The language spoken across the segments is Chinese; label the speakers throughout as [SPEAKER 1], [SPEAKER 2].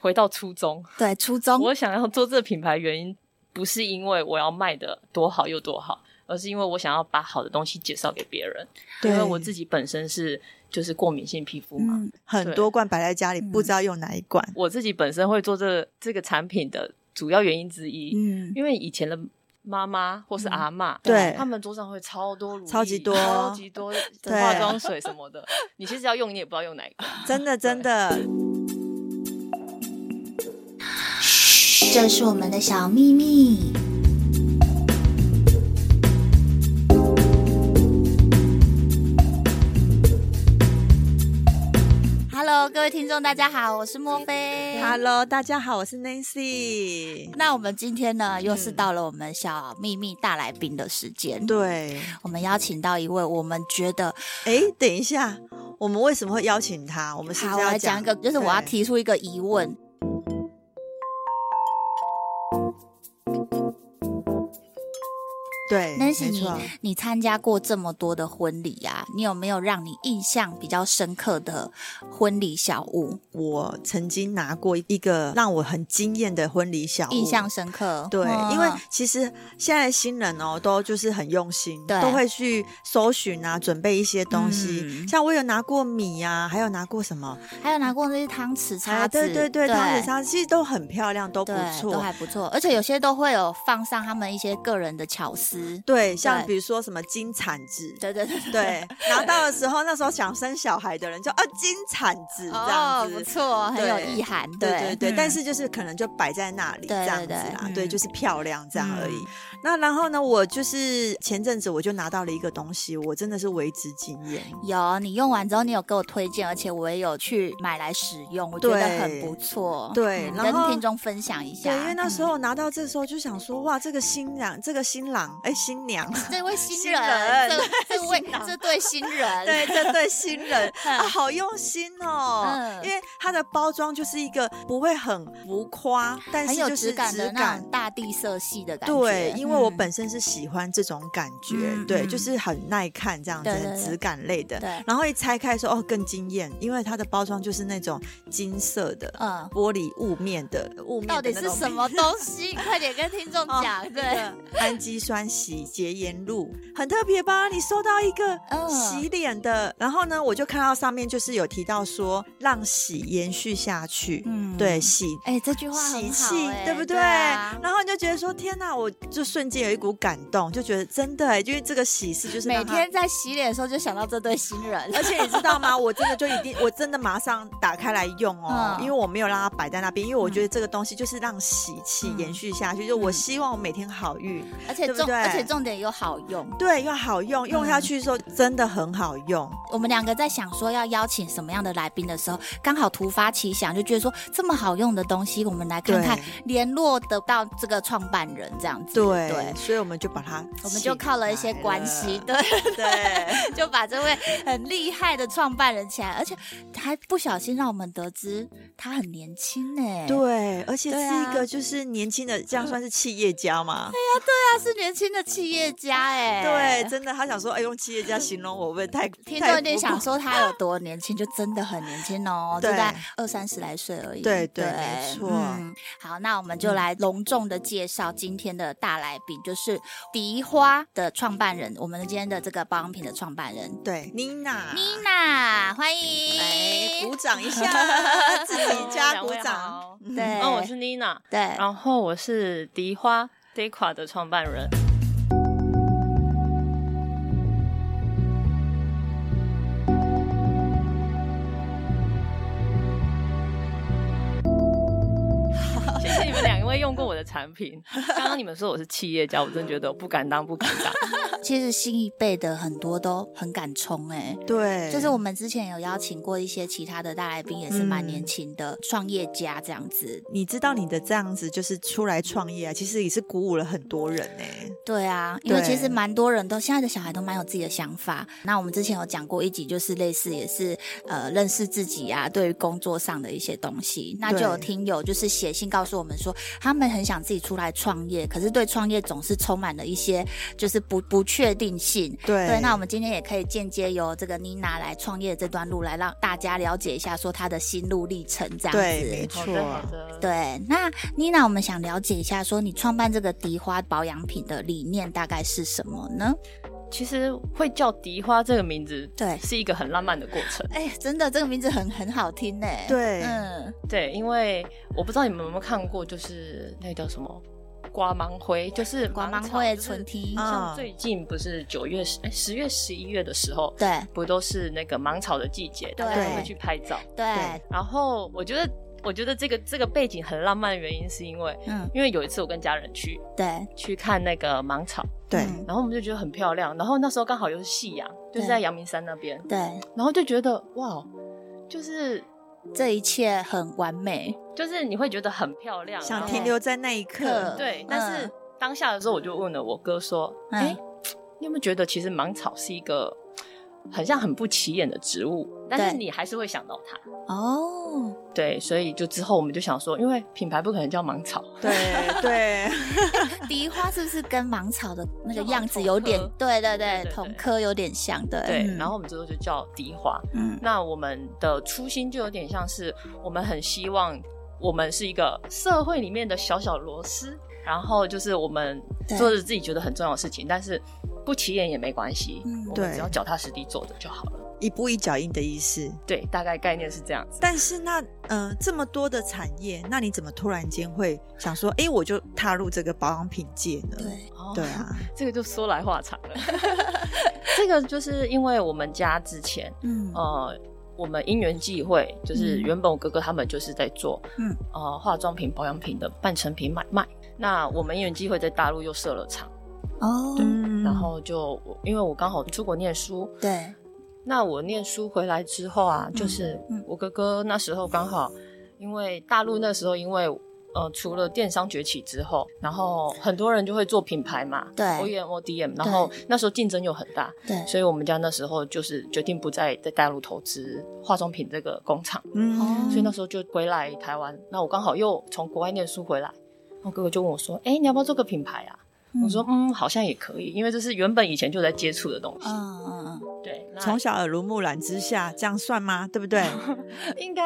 [SPEAKER 1] 回到初衷，
[SPEAKER 2] 对，初
[SPEAKER 3] 嗯
[SPEAKER 2] 衷
[SPEAKER 1] 我想要做这个品牌原因不是因为我要卖的多好又多好，而是因为我想要把好的东西介绍给别人。因为我自己本身是就是过敏性皮肤嘛，
[SPEAKER 2] 嗯，
[SPEAKER 1] 对
[SPEAKER 3] 很多罐摆在家里，
[SPEAKER 2] 嗯
[SPEAKER 3] 不知道用哪一罐。
[SPEAKER 1] 我自己本身会做这个这个产品的主要原因之一，
[SPEAKER 2] 嗯，
[SPEAKER 1] 因为以前的妈妈或是
[SPEAKER 2] 嗯
[SPEAKER 1] 阿嬷，
[SPEAKER 3] 对
[SPEAKER 1] 他们桌上会超多乳液，
[SPEAKER 3] 超级多
[SPEAKER 1] 超级多
[SPEAKER 3] 对
[SPEAKER 1] 化妆水什么的。你其实要用，你也不知道用哪一个。
[SPEAKER 3] 真的真的，
[SPEAKER 4] 这是我们的小秘密。Hello，各位听众，大家好，我是莫菲。
[SPEAKER 3] Hello，大家好，我是 Nancy。
[SPEAKER 4] 那我们今天呢，又是到了我们小秘密大来宾的时间。，
[SPEAKER 3] 对，
[SPEAKER 4] 我们邀请到一位我们觉得
[SPEAKER 3] 哎，等一下，我们为什么会邀请他？我们是不
[SPEAKER 4] 好，
[SPEAKER 3] 是
[SPEAKER 4] 我
[SPEAKER 3] 要
[SPEAKER 4] 来讲一个，就是我要
[SPEAKER 3] 对
[SPEAKER 4] 提出一个疑问。
[SPEAKER 3] 对，
[SPEAKER 4] 但是
[SPEAKER 3] 没
[SPEAKER 4] 你
[SPEAKER 3] 错
[SPEAKER 4] 你参加过这么多的婚礼啊，你有没有让你印象比较深刻的婚礼小物？
[SPEAKER 3] 我曾经拿过一个让我很惊艳的婚礼小物
[SPEAKER 4] 印象深刻，
[SPEAKER 3] 对
[SPEAKER 4] 哇，
[SPEAKER 3] 因为其实现在新人哦，都就是很用心，
[SPEAKER 4] 对
[SPEAKER 3] 都会去搜寻啊，准备一些东西。
[SPEAKER 4] 嗯
[SPEAKER 3] 像我有拿过米啊，还有拿过什么？
[SPEAKER 4] 还有拿过那些汤匙、
[SPEAKER 3] 啊
[SPEAKER 4] 叉子，
[SPEAKER 3] 对对对，汤匙叉子其实都很漂亮，都不
[SPEAKER 4] 对，都
[SPEAKER 3] 错。
[SPEAKER 4] 还不错，而且有些都会有放上他们一些个人的巧思，
[SPEAKER 3] 对，像
[SPEAKER 4] 对
[SPEAKER 3] 比如说什么金铲子，
[SPEAKER 4] 对对对，
[SPEAKER 3] 对，拿到的时候，那时候想生小孩的人就哦金铲子这样
[SPEAKER 4] 哦，
[SPEAKER 3] 子，
[SPEAKER 4] 不错，很有
[SPEAKER 3] 对
[SPEAKER 4] 意涵，
[SPEAKER 3] 对对对，
[SPEAKER 4] 嗯
[SPEAKER 3] 但是就是可能就摆在那里
[SPEAKER 4] 对
[SPEAKER 3] 这
[SPEAKER 4] 对
[SPEAKER 3] 样子
[SPEAKER 4] 对
[SPEAKER 3] 啦，
[SPEAKER 1] 嗯
[SPEAKER 3] 对，就是漂亮这样而已
[SPEAKER 1] 嗯。
[SPEAKER 3] 那然后呢，我就是前阵子我就拿到了一个东西，我真的是为之惊艳。
[SPEAKER 4] 有你用完之后，你有给我推荐，而且我也有去买来使用，我觉得
[SPEAKER 3] 对
[SPEAKER 4] 很不错，
[SPEAKER 3] 对
[SPEAKER 4] 嗯
[SPEAKER 3] 然
[SPEAKER 4] 跟
[SPEAKER 3] 后
[SPEAKER 4] 听众分享一下，
[SPEAKER 3] 对，因为那时
[SPEAKER 4] 嗯
[SPEAKER 3] 候拿到这时候就想说，哇，这个新娘，这个新郎，哎，新娘，
[SPEAKER 4] 这位新
[SPEAKER 3] 新
[SPEAKER 4] 人，
[SPEAKER 3] 人
[SPEAKER 4] 这这位这对新人，
[SPEAKER 3] 对，这对新 人啊，好用心哦
[SPEAKER 4] 嗯，
[SPEAKER 3] 因为它的包装就是一个不会很浮夸，但
[SPEAKER 4] 很
[SPEAKER 3] 是
[SPEAKER 4] 有
[SPEAKER 3] 就是
[SPEAKER 4] 感
[SPEAKER 3] 质
[SPEAKER 4] 的那
[SPEAKER 3] 感
[SPEAKER 4] 种。大地色系的感觉。
[SPEAKER 3] 对，因为我
[SPEAKER 4] 嗯
[SPEAKER 3] 本身是喜欢这种感觉，
[SPEAKER 4] 嗯
[SPEAKER 3] 对，
[SPEAKER 4] 嗯
[SPEAKER 3] 就是很耐看这样子，
[SPEAKER 4] 对对
[SPEAKER 3] 很
[SPEAKER 4] 对
[SPEAKER 3] 质感类的。
[SPEAKER 4] 对，
[SPEAKER 3] 然后一拆开说哦，更惊艳，因为它的包装就是那种金色的、
[SPEAKER 4] 嗯，
[SPEAKER 3] 玻璃雾面的雾面
[SPEAKER 4] 到底
[SPEAKER 3] 的
[SPEAKER 4] 是
[SPEAKER 3] 那种
[SPEAKER 4] 什么东西？快点跟听众
[SPEAKER 3] 哦
[SPEAKER 4] 讲。
[SPEAKER 3] 那
[SPEAKER 4] 对，
[SPEAKER 3] 个氨基酸洗洁颜露很特别吧？你收到一个
[SPEAKER 4] 嗯
[SPEAKER 3] 洗脸的，然后呢，我就看到上面就是有提到说让洗延续下去，
[SPEAKER 4] 嗯
[SPEAKER 3] 对，洗。
[SPEAKER 4] 哎，这句话
[SPEAKER 3] 喜
[SPEAKER 4] 很好
[SPEAKER 3] 气，
[SPEAKER 4] 哎，
[SPEAKER 3] 对不对？
[SPEAKER 4] 啊
[SPEAKER 3] 然后你就觉得说，天哪！我就瞬间有一股感动，就觉得真的哎，因为这个喜事就是
[SPEAKER 4] 每
[SPEAKER 3] 让它
[SPEAKER 4] 天在洗脸的时候就想到这对新人，
[SPEAKER 3] 而且你知道吗？我真的就一定，我真的马上打开来用哦，
[SPEAKER 4] 嗯
[SPEAKER 3] 因为我没有让它摆在那边，因为我觉得这个东西就是让喜气
[SPEAKER 4] 嗯
[SPEAKER 3] 延续下去，就我希望我每天好运，
[SPEAKER 4] 而且
[SPEAKER 3] 对不
[SPEAKER 4] 重
[SPEAKER 3] 对
[SPEAKER 4] 而且重点又好用。
[SPEAKER 3] 对，又好用，用
[SPEAKER 4] 嗯
[SPEAKER 3] 下去的时候真的很好用，
[SPEAKER 4] 我们两个在想说要邀请什么样的来宾的时候，刚好突发奇想，就觉得说这么好用的东西，我们来看
[SPEAKER 3] 对
[SPEAKER 4] 看联络得到这个创办人这样子。
[SPEAKER 3] 对，
[SPEAKER 4] 对，
[SPEAKER 3] 所以我们就把它，
[SPEAKER 4] 我们就靠了一些关系，，对，
[SPEAKER 3] 对，
[SPEAKER 4] 就把这位很厉害的创办人起来，而且还不小心让我们得知他很年轻呢、对
[SPEAKER 3] 对，而且
[SPEAKER 4] 对
[SPEAKER 3] 是
[SPEAKER 4] 啊
[SPEAKER 3] 一个就是 年轻的，这样算是企业家嘛？
[SPEAKER 4] 他是年轻的企业家哎、
[SPEAKER 3] 对，。真的，他想说，哎，用企业家形容我，会不会太
[SPEAKER 4] 听
[SPEAKER 3] 太
[SPEAKER 4] 众一定
[SPEAKER 3] 浮
[SPEAKER 4] 想
[SPEAKER 3] 夸
[SPEAKER 4] 说他有多年轻，就真的很年轻哦，就
[SPEAKER 3] 对
[SPEAKER 4] 在二三十来岁而已。
[SPEAKER 3] 对对没错
[SPEAKER 4] 嗯。好，那我们就来隆重的介绍今天的大来宾，就是迪花的创办人，我们今天的这个保养品的创办人
[SPEAKER 3] 对，妮娜，
[SPEAKER 4] 妮娜，欢迎。
[SPEAKER 3] 哎，鼓掌一 下，自己家
[SPEAKER 1] 哦两
[SPEAKER 3] 鼓
[SPEAKER 1] 位
[SPEAKER 3] 掌。嗯
[SPEAKER 1] 好。
[SPEAKER 4] 对，
[SPEAKER 1] 哦，我是妮娜，
[SPEAKER 4] 对，
[SPEAKER 1] 然后我是迪花 Dequa 的创办 人。谢谢你们两位用过我的产品。刚刚你们说我是企业家，我真的觉得我不敢当，不敢当。
[SPEAKER 4] 其实新一辈的很多都很敢冲哎、
[SPEAKER 3] 对，
[SPEAKER 4] 就是我们之前有邀请过一些其他的大来宾，也是蛮
[SPEAKER 3] 嗯
[SPEAKER 4] 年轻的创业家这样子。
[SPEAKER 3] 你知道你的这样子就是出来创业啊，其实也是鼓舞了很多人呢、
[SPEAKER 4] 对啊，因为
[SPEAKER 3] 对
[SPEAKER 4] 其实蛮多人都现在的小孩都蛮有自己的想法。那我们之前有讲过一集，就是类似也是呃认识自己啊，对于工作上的一些东西。那就有
[SPEAKER 3] 对
[SPEAKER 4] 听友就是写信告诉我们说，他们很想自己出来创业，可是对创业总是充满了一些就是不不确定性。
[SPEAKER 3] 对
[SPEAKER 4] 对，那我们今天也可以间接由这个妮娜来创业这段路，来让大家了解一下说她的心路历程这样子。
[SPEAKER 3] 对， 没错啊
[SPEAKER 1] 好，的好哦的，
[SPEAKER 4] 对，那妮娜，我们想了解一下，说你创办这个迪花保养品的理念大概是什么呢？
[SPEAKER 1] 其实会叫迪花这个名字，
[SPEAKER 4] 对
[SPEAKER 1] 是一个很浪漫的过程。
[SPEAKER 4] 哎，真的，这个名字很很好听呢。
[SPEAKER 3] 对
[SPEAKER 4] 嗯，
[SPEAKER 1] 对，因为我不知道你们有没有看过，就是那个叫什么瓜芒灰，就是
[SPEAKER 4] 广
[SPEAKER 1] 芒
[SPEAKER 4] 芒
[SPEAKER 1] 草
[SPEAKER 4] 会
[SPEAKER 1] 就是
[SPEAKER 4] 纯听，
[SPEAKER 3] 啊
[SPEAKER 1] 像最近不是九月十哎十月十一月的时候，
[SPEAKER 4] 对
[SPEAKER 1] 不都是那个芒草的季节，大家都会去拍照。
[SPEAKER 4] 对，
[SPEAKER 1] 然后我觉得，我觉得这个这个背景很浪漫的原因，是因为
[SPEAKER 4] 嗯，
[SPEAKER 1] 因为有一次我跟家人去
[SPEAKER 4] 对
[SPEAKER 1] 去看那个芒草，
[SPEAKER 3] 对
[SPEAKER 4] 嗯
[SPEAKER 1] 然后我们就觉得很漂亮，然后那时候刚好又是夕阳，就是
[SPEAKER 4] 对
[SPEAKER 1] 在阳明山那边，
[SPEAKER 4] 对，
[SPEAKER 1] 然后就觉得哇，就是
[SPEAKER 4] 这一切很完美。
[SPEAKER 1] 就是你会觉得很漂亮，
[SPEAKER 3] 想
[SPEAKER 1] 然后
[SPEAKER 3] 停留在那一刻
[SPEAKER 4] 刻，
[SPEAKER 1] 对
[SPEAKER 4] 嗯，
[SPEAKER 1] 但是当下的时候我就问了我哥说：“
[SPEAKER 4] 嗯
[SPEAKER 1] 哎、你有没有觉得其实芒草是一个很像很不起眼的植物，但是
[SPEAKER 4] 对
[SPEAKER 1] 你还是会想到它？”
[SPEAKER 4] 哦，
[SPEAKER 1] 对，所以就之后我们就想说，因为品牌不可能叫芒草，
[SPEAKER 4] 嗯
[SPEAKER 3] 对 对，
[SPEAKER 4] 迪花是不是跟芒草的那个
[SPEAKER 1] 就好
[SPEAKER 4] 样子
[SPEAKER 1] 同
[SPEAKER 4] 有点
[SPEAKER 1] 科？
[SPEAKER 4] 对对
[SPEAKER 1] 对
[SPEAKER 4] 对
[SPEAKER 1] 对，
[SPEAKER 4] 同
[SPEAKER 1] 对
[SPEAKER 4] 科有点像的。
[SPEAKER 1] 对，
[SPEAKER 4] 嗯
[SPEAKER 1] 然后我们之后就叫迪花。
[SPEAKER 4] 嗯，
[SPEAKER 1] 那我们的初心就有点像是我们很希望我们是一个社会里面的小小螺丝，然后就是我们
[SPEAKER 4] 对
[SPEAKER 1] 做着自己觉得很重要的事情，但是不起眼也没关系，
[SPEAKER 4] 嗯
[SPEAKER 1] 我
[SPEAKER 3] 对
[SPEAKER 1] 们只要脚踏实地做着就好了。
[SPEAKER 3] 一步一脚印的意思。
[SPEAKER 1] 对，大概概念是这样子。
[SPEAKER 3] 但是那嗯、呃这么多的产业，那你怎么突然间会想说，哎，我就踏入这个保养品界呢？
[SPEAKER 4] 对，
[SPEAKER 1] 哦
[SPEAKER 3] 对，啊，
[SPEAKER 1] 这个就说来话长了。这个就是因为我们家之前
[SPEAKER 4] 嗯
[SPEAKER 1] 呃，我们因缘际会，就是
[SPEAKER 4] 嗯
[SPEAKER 1] 原本我哥哥他们就是在做
[SPEAKER 4] 嗯
[SPEAKER 1] 呃化妆品、保养品的半成品买卖。那我们因缘际会在大陆又设了厂，
[SPEAKER 4] 哦，
[SPEAKER 3] 嗯
[SPEAKER 1] 然后就我因为我刚好出国念书，
[SPEAKER 4] 对
[SPEAKER 1] 那我念书回来之后啊，就是
[SPEAKER 4] 嗯
[SPEAKER 1] 我哥哥那时候刚好，因为大陆那时候因为呃除了电商崛起之后，然后很多人就会做品牌嘛，E
[SPEAKER 4] 对
[SPEAKER 1] OEM、ODM，然后那时候竞争又很大，
[SPEAKER 4] 对，
[SPEAKER 1] 所以我们家那时候就是决定不再在大陆投资化妆品这个工厂，
[SPEAKER 4] 哦
[SPEAKER 3] 嗯
[SPEAKER 1] 所以那时候就回来台湾。那我刚好又从国外念书回来，我哥哥就问我说：“哎、你要不要做个品牌啊？”
[SPEAKER 4] 嗯
[SPEAKER 1] 我说：“嗯，好像也可以，因为这是原本以前就在接触的东西。
[SPEAKER 4] 嗯嗯嗯，
[SPEAKER 1] 对，那
[SPEAKER 3] 从小耳濡目染之下，这样算吗？对不对？
[SPEAKER 1] 应该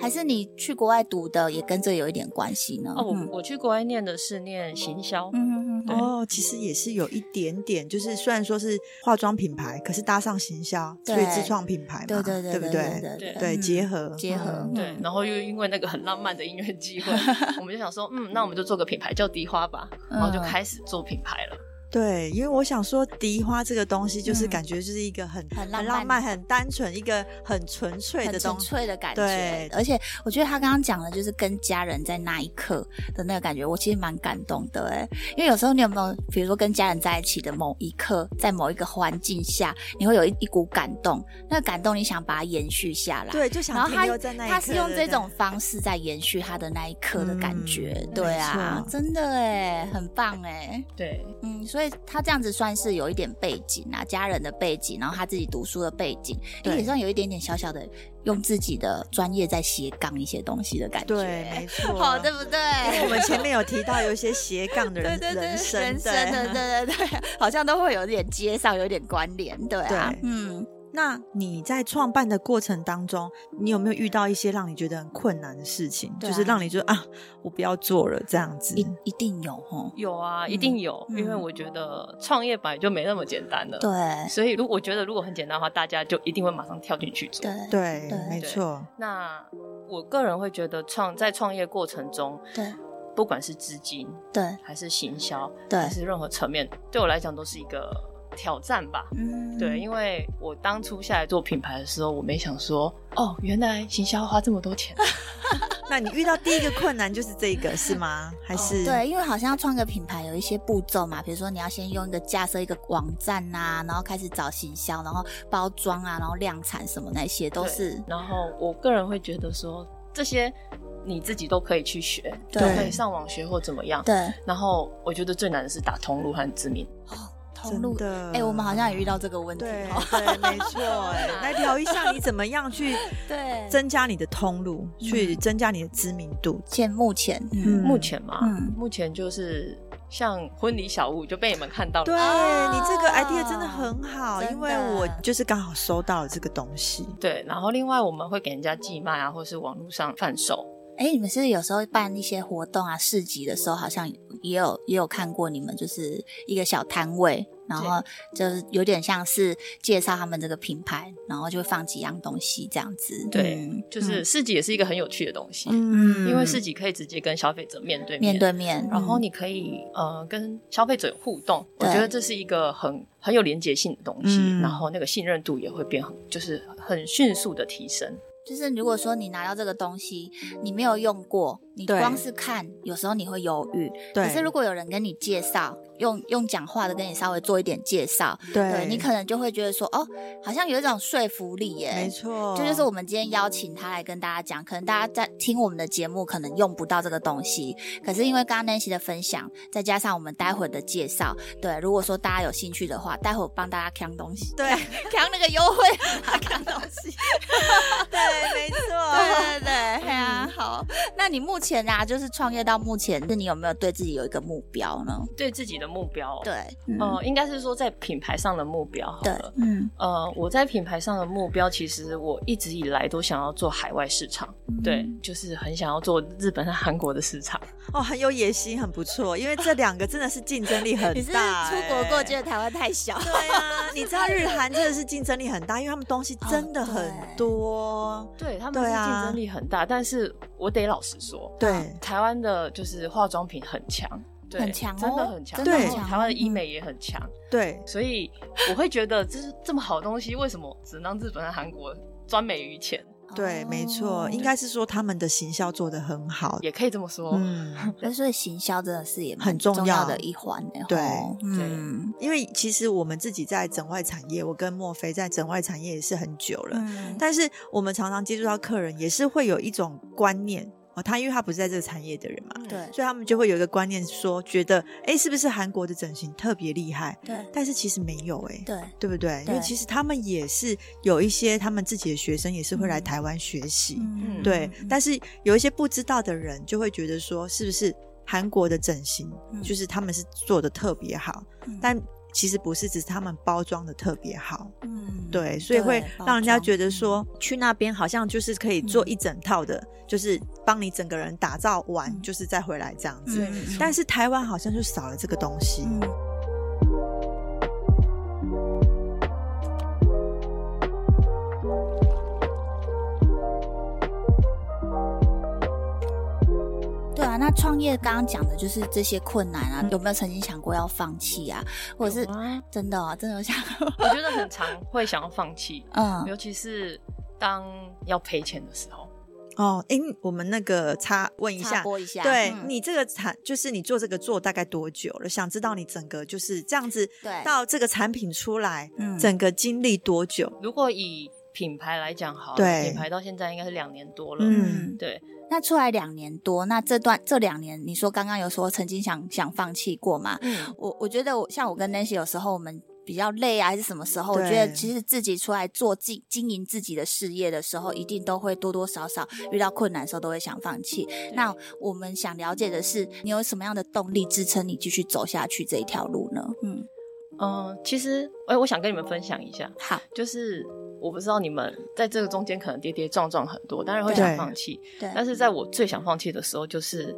[SPEAKER 4] 还是你去国外读的也跟这有一点关系呢？
[SPEAKER 1] 哦，我
[SPEAKER 4] 嗯
[SPEAKER 1] 我去国外念的是念行销，
[SPEAKER 4] 嗯嗯嗯，
[SPEAKER 3] 哦，其实也是有一点点，就是虽然说是化妆品牌，可是搭上行销，
[SPEAKER 4] 对
[SPEAKER 3] 所以自创品牌嘛，
[SPEAKER 4] 对对
[SPEAKER 3] 不
[SPEAKER 4] 对
[SPEAKER 3] 对？
[SPEAKER 4] 对
[SPEAKER 1] 对
[SPEAKER 3] 对，
[SPEAKER 4] 嗯
[SPEAKER 3] 结合
[SPEAKER 4] 结合
[SPEAKER 3] 嗯
[SPEAKER 1] 对，然后又因为那个很浪漫的音乐机 会，我们就想说，嗯，那我们就做个品牌叫迪花吧，然后就
[SPEAKER 4] 嗯
[SPEAKER 1] 开始做品牌了。
[SPEAKER 3] 对，因为我想说，迪花这个东西就是
[SPEAKER 4] 嗯
[SPEAKER 3] 感觉就是一个很、
[SPEAKER 4] 很浪
[SPEAKER 3] 很浪
[SPEAKER 4] 漫
[SPEAKER 3] 漫、很单纯、一个很纯粹的
[SPEAKER 4] 很纯
[SPEAKER 3] 东西。
[SPEAKER 4] 粹的感
[SPEAKER 3] 对
[SPEAKER 4] 觉，而且我觉得他刚刚讲的就是跟家人在那一刻的那个感觉，我其实蛮感动的哎。因为有时候你有没有，比如说跟家人在一起的某一刻，在某一个环境下，你会有一一股感动，那个感动你想把它延续下来。
[SPEAKER 3] 对，就
[SPEAKER 4] 然
[SPEAKER 3] 想
[SPEAKER 4] 后
[SPEAKER 3] 停
[SPEAKER 4] 他
[SPEAKER 3] 留在那一刻。
[SPEAKER 4] 他是用
[SPEAKER 3] 对
[SPEAKER 4] 这
[SPEAKER 3] 不对
[SPEAKER 4] 种方式在延续他的那一刻的感觉，
[SPEAKER 3] 嗯
[SPEAKER 4] 对啊
[SPEAKER 3] 没，错
[SPEAKER 4] 真的哎，很棒哎，
[SPEAKER 1] 对，
[SPEAKER 4] 嗯，所以他这样子算是有一点背景啊，家人的背景，然后他自己读书的背景，
[SPEAKER 3] 对
[SPEAKER 4] 也算有一点点小小的用自己的专业在斜杠一些东西的感觉，
[SPEAKER 3] 对， 没错。
[SPEAKER 4] 好， 对不对？
[SPEAKER 3] 因为我们前面有提到有一些斜杠的人
[SPEAKER 4] 对对对，
[SPEAKER 3] 人生，
[SPEAKER 4] 人生的， 对对对，好像都会有点接上，有点关联，对啊，
[SPEAKER 3] 对
[SPEAKER 4] 嗯。
[SPEAKER 3] 那你在创办的过程当中，你有没有遇到一些让你觉得很困难的事情？
[SPEAKER 4] 对
[SPEAKER 3] 就
[SPEAKER 4] 啊
[SPEAKER 3] 是让你觉得啊，我不要做了这样子。
[SPEAKER 4] 一一定有哦，
[SPEAKER 1] 有啊，一定有，
[SPEAKER 4] 嗯
[SPEAKER 1] 因为我觉得创业本来就没那么简单的。
[SPEAKER 4] 对
[SPEAKER 1] 所以，如我觉得如果很简单的话，大家就一定会马上跳进去做。
[SPEAKER 4] 对
[SPEAKER 3] 对
[SPEAKER 4] 对，
[SPEAKER 3] 没错，
[SPEAKER 1] 那我个人会觉得创在创业过程中，
[SPEAKER 4] 对
[SPEAKER 1] 不管是资金
[SPEAKER 4] 对
[SPEAKER 1] 还是行销，还
[SPEAKER 4] 对，
[SPEAKER 1] 是任何层面，对我来讲都是一个挑战吧。
[SPEAKER 4] 嗯，
[SPEAKER 1] 对，因为我当初下来做品牌的时候，我没想说，哦，原来行销要花这么多钱。
[SPEAKER 3] 那你遇到第一个困难就是这个是吗？还是、
[SPEAKER 4] 哦对，因为好像要创个品牌有一些步骤嘛，比如说你要先用一个架设一个网站呐、然后开始找行销，然后包装啊，然后量产什么那些 都
[SPEAKER 1] 对
[SPEAKER 4] 是
[SPEAKER 1] 然后我个人会觉得说，这些你自己都可以去学，
[SPEAKER 4] 对
[SPEAKER 1] 都可以上网学或怎么样。
[SPEAKER 4] 对
[SPEAKER 1] 然后我觉得最难的是打通路和知名。
[SPEAKER 4] 通路，
[SPEAKER 3] 真的
[SPEAKER 4] 哎、我们好像也遇到这个问题
[SPEAKER 3] 对
[SPEAKER 4] 哦。
[SPEAKER 3] 对，没错，哎，来聊一下你怎么样 去
[SPEAKER 4] 对，
[SPEAKER 3] 增加你的通路，去
[SPEAKER 4] 嗯
[SPEAKER 3] 增加你的知名度。
[SPEAKER 4] 现目前，
[SPEAKER 3] 嗯
[SPEAKER 4] 嗯，
[SPEAKER 1] 目前嘛，
[SPEAKER 4] 嗯
[SPEAKER 1] 目前就是像婚礼小物就被你们看到了，
[SPEAKER 3] 对
[SPEAKER 4] 啊
[SPEAKER 3] 你这个 idea 真的很好，
[SPEAKER 4] 真的
[SPEAKER 3] 因为我就是刚好收到了这个东西。
[SPEAKER 1] 对，然后另外我们会给人家寄卖啊，或是网络上贩售。
[SPEAKER 4] 哎、你们是不是有时候办一些活动啊、市集的时候，好像也有也有看过你们就是一个小摊位，然后就是有点像是介绍他们这个品牌，然后就放几样东西这样子。
[SPEAKER 1] 对，
[SPEAKER 4] 嗯
[SPEAKER 1] 就是
[SPEAKER 4] 嗯
[SPEAKER 1] 市集也是一个很有趣的东西，
[SPEAKER 3] 嗯
[SPEAKER 1] 因为市集可以直接跟消费者面对面。
[SPEAKER 4] 面对面，
[SPEAKER 1] 然后
[SPEAKER 4] 嗯
[SPEAKER 1] 你可以呃跟消费者互动，我
[SPEAKER 4] 对
[SPEAKER 1] 觉得这是一个很很有连结性的东西，
[SPEAKER 3] 嗯
[SPEAKER 1] 然后那个信任度也会变很，就是很迅速的提升。
[SPEAKER 4] 就是如果说你拿到这个东西，你没有用过，你
[SPEAKER 3] 对
[SPEAKER 4] 光是看，有时候你会犹豫。
[SPEAKER 3] 嗯对，
[SPEAKER 4] 可是如果有人跟你介绍，用用讲话的跟你稍微做一点介绍，对
[SPEAKER 3] 对
[SPEAKER 4] 你可能就会觉得说，哦，好像有一种说服力耶。
[SPEAKER 3] 没错，
[SPEAKER 4] 这就是我们今天邀请他来跟大家讲，可能大家在听我们的节目，可能用不到这个东西，可是因为刚刚 Nancy 的分享，再加上我们待会儿的介绍，对，如果说大家有兴趣的话，待会儿帮大家扛东西，
[SPEAKER 3] 对
[SPEAKER 4] 扛那个优惠， 扛东西，
[SPEAKER 3] 对，没错。
[SPEAKER 4] 对对对，嘿啊，好，那你目前啊，就是创业到目前，那你有没有对自己有一个目标呢？
[SPEAKER 1] 对自己的目标，，
[SPEAKER 4] 对，嗯，
[SPEAKER 3] 哦
[SPEAKER 1] 呃，应该是说在品牌上的目标好
[SPEAKER 4] 对
[SPEAKER 1] 了。，
[SPEAKER 4] 嗯，
[SPEAKER 1] 呃，我在品牌上的目标，其实我一直以来都想要做海外市场，
[SPEAKER 4] 嗯
[SPEAKER 1] 对，就是很想要做日本和韩国的市场。
[SPEAKER 3] 哦，很有野心，很不错，因为这两个真的是竞争力很
[SPEAKER 4] 你是
[SPEAKER 3] 大。
[SPEAKER 4] 出国过，觉
[SPEAKER 3] 哎
[SPEAKER 4] 得台湾太小，
[SPEAKER 3] 对啊，你知道日韩真的是竞争力很大，因为他们东西
[SPEAKER 4] 哦
[SPEAKER 3] 真的很多。
[SPEAKER 1] 对他们
[SPEAKER 3] 对
[SPEAKER 1] 是竞
[SPEAKER 3] 啊
[SPEAKER 1] 争力很大，但是我得老实说，
[SPEAKER 3] 对
[SPEAKER 1] 台湾的就是化妆品很强。对
[SPEAKER 4] 很强哦
[SPEAKER 1] 真的很强。
[SPEAKER 3] 的
[SPEAKER 4] 真
[SPEAKER 1] 然
[SPEAKER 3] 很
[SPEAKER 1] 后
[SPEAKER 4] 强
[SPEAKER 1] 台湾的医美也很强，
[SPEAKER 3] 对
[SPEAKER 1] 所以我会觉得，这是这么好的东西，为什么只能让日本和韩国专美于前？
[SPEAKER 3] 对，没错，
[SPEAKER 4] 哦
[SPEAKER 3] 应该是说他们的行销做得很好。
[SPEAKER 1] 也可以这么说。
[SPEAKER 3] 嗯，
[SPEAKER 4] 那哦所以行销真的是也蛮
[SPEAKER 3] 很重
[SPEAKER 4] 重
[SPEAKER 3] 要
[SPEAKER 4] 的一环呢。
[SPEAKER 3] 对
[SPEAKER 4] 吼，嗯，
[SPEAKER 3] 因为其实我们自己在整外产业，我跟莫菲在整外产业也是很久了。
[SPEAKER 4] 嗯，
[SPEAKER 3] 但是我们常常接触到客人，也是会有一种观念哦，他因为他不是在这个产业的人嘛，
[SPEAKER 4] 对
[SPEAKER 3] 所以他们就会有一个观念说，觉得哎，诶是不是韩国的整形特别厉害？
[SPEAKER 4] 对
[SPEAKER 3] 但是其实没有哎、诶
[SPEAKER 4] 对，
[SPEAKER 3] 对不对？因
[SPEAKER 4] 对
[SPEAKER 3] 为其实他们也是有一些他们自己的学生也是会来台湾学习，
[SPEAKER 4] 嗯
[SPEAKER 3] 对。
[SPEAKER 4] 嗯
[SPEAKER 3] 但是有一些不知道的人就会觉得说，是不是韩国的整形、
[SPEAKER 4] 嗯
[SPEAKER 3] 就是他们是做的特别好，
[SPEAKER 4] 嗯
[SPEAKER 3] 但其实不是，只是他们包装的特别好。
[SPEAKER 4] 嗯
[SPEAKER 3] 对，所以会让人家觉得，
[SPEAKER 4] 包嗯
[SPEAKER 3] 说，去那边好像就是可以做一整套的，就是帮你整个人打造完，
[SPEAKER 4] 嗯
[SPEAKER 3] 就是再回来这样子。
[SPEAKER 4] 装嗯，
[SPEAKER 3] 但
[SPEAKER 4] 是
[SPEAKER 3] 是台湾好像就少了这个东西。
[SPEAKER 4] 嗯，对啊，那创业刚刚讲的就是这些困难啊，有没有曾经想过要放弃啊？或者是
[SPEAKER 1] 有啊
[SPEAKER 4] 真的哦，真的有想过？
[SPEAKER 1] 我觉得很常会想要放弃，
[SPEAKER 4] 嗯，
[SPEAKER 1] 尤其是当要赔钱的时候。
[SPEAKER 3] 哦，哎、我们那个插问一
[SPEAKER 4] 插
[SPEAKER 3] 下，
[SPEAKER 4] 播一下，
[SPEAKER 3] 对、
[SPEAKER 4] 嗯
[SPEAKER 3] 你这个产，就是你做这个做大概多久了？想知道你整个就是这样子，
[SPEAKER 4] 对
[SPEAKER 3] 到这个产品出来，
[SPEAKER 4] 嗯
[SPEAKER 3] 整个经历多久？
[SPEAKER 1] 如果以品牌来讲，好了，
[SPEAKER 3] 对
[SPEAKER 1] 品牌到现在应该是两年多了。
[SPEAKER 3] 嗯
[SPEAKER 1] 对，
[SPEAKER 4] 那出来两年多，那这段这两年，你说刚刚有说曾经想想放弃过吗？
[SPEAKER 1] 嗯，
[SPEAKER 4] 我我觉得我像我跟 Nancy 有时候我们比较累啊，还是什么时候？我
[SPEAKER 3] 对
[SPEAKER 4] 觉得其实自己出来做经经营自己的事业的时候，一定都会多多少少遇到困难的时候都会想放弃。那我们想了解的是，你有什么样的动力支撑你继续走下去这一条路呢？嗯，
[SPEAKER 1] 嗯，其实，哎、我想跟你们分享一下，
[SPEAKER 4] 好，
[SPEAKER 1] 就是我不知道你们在这个中间可能跌跌撞撞很多，当然会
[SPEAKER 4] 对
[SPEAKER 1] 想放弃，
[SPEAKER 4] 对
[SPEAKER 1] 但是在我最想放弃的时候，就是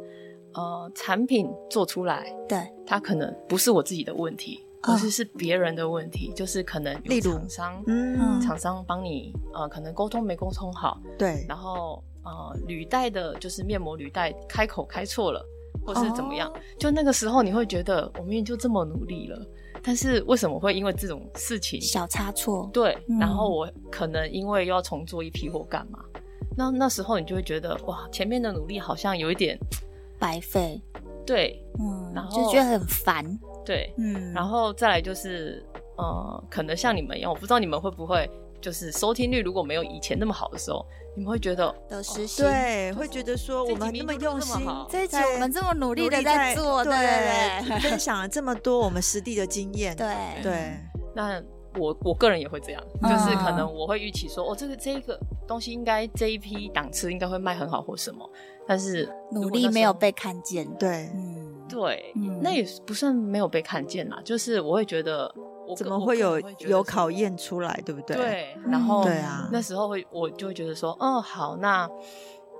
[SPEAKER 1] 呃，产品做出来，
[SPEAKER 4] 对，
[SPEAKER 1] 它可能不是我自己的问题，
[SPEAKER 4] 哦
[SPEAKER 1] 而是是别人的问题，就是可能有
[SPEAKER 3] 嗯例如
[SPEAKER 1] 厂商。
[SPEAKER 3] 嗯，
[SPEAKER 1] 厂商帮你呃，可能沟通没沟通好，
[SPEAKER 3] 对，
[SPEAKER 1] 然后呃，履带的就是面膜履带开口开错了，或是怎么样，
[SPEAKER 3] 哦
[SPEAKER 1] 就那个时候你会觉得我明明就这么努力了，但是为什么会因为这种事情？
[SPEAKER 4] 小差错，
[SPEAKER 1] 对，
[SPEAKER 4] 嗯
[SPEAKER 1] 然后我可能因为又要重做一批或干嘛，那那时候你就会觉得哇，前面的努力好像有一点
[SPEAKER 4] 白费，
[SPEAKER 1] 对
[SPEAKER 4] 嗯，
[SPEAKER 1] 然后
[SPEAKER 4] 就觉得很烦，
[SPEAKER 1] 对，
[SPEAKER 4] 嗯，
[SPEAKER 1] 然后再来就是呃，可能像你们一样，我不知道你们会不会。就是收听率如果没有以前那么好的时候，你们会觉得
[SPEAKER 4] 的实习。
[SPEAKER 3] 对，会觉得说我们那么用心，
[SPEAKER 4] 这一集我们这么努
[SPEAKER 3] 努
[SPEAKER 4] 力的在做，对
[SPEAKER 3] 对
[SPEAKER 4] 对
[SPEAKER 3] 分享了这么多我们实地的经验，
[SPEAKER 4] 对对，
[SPEAKER 3] 对
[SPEAKER 1] 嗯那我我个人也会这样，
[SPEAKER 4] 嗯
[SPEAKER 1] 就是可能我会预期说，哦，这个这个东西应该这一批档次应该会卖很好或什么，但是如
[SPEAKER 4] 努
[SPEAKER 1] 果那时
[SPEAKER 4] 力
[SPEAKER 1] 候
[SPEAKER 4] 没有被看见，
[SPEAKER 3] 对，
[SPEAKER 4] 嗯，
[SPEAKER 1] 对，
[SPEAKER 4] 嗯
[SPEAKER 1] 那也不算没有被看见啦，就是我会觉得我
[SPEAKER 3] 怎
[SPEAKER 1] 个
[SPEAKER 3] 么
[SPEAKER 1] 我
[SPEAKER 3] 会
[SPEAKER 1] 个人
[SPEAKER 3] 有
[SPEAKER 1] 觉得
[SPEAKER 3] 有
[SPEAKER 1] 说
[SPEAKER 3] 考验出来，对不对？
[SPEAKER 1] 对，
[SPEAKER 4] 嗯
[SPEAKER 1] 然后
[SPEAKER 3] 对啊
[SPEAKER 1] 那时候会我就会觉得说，哦，好，那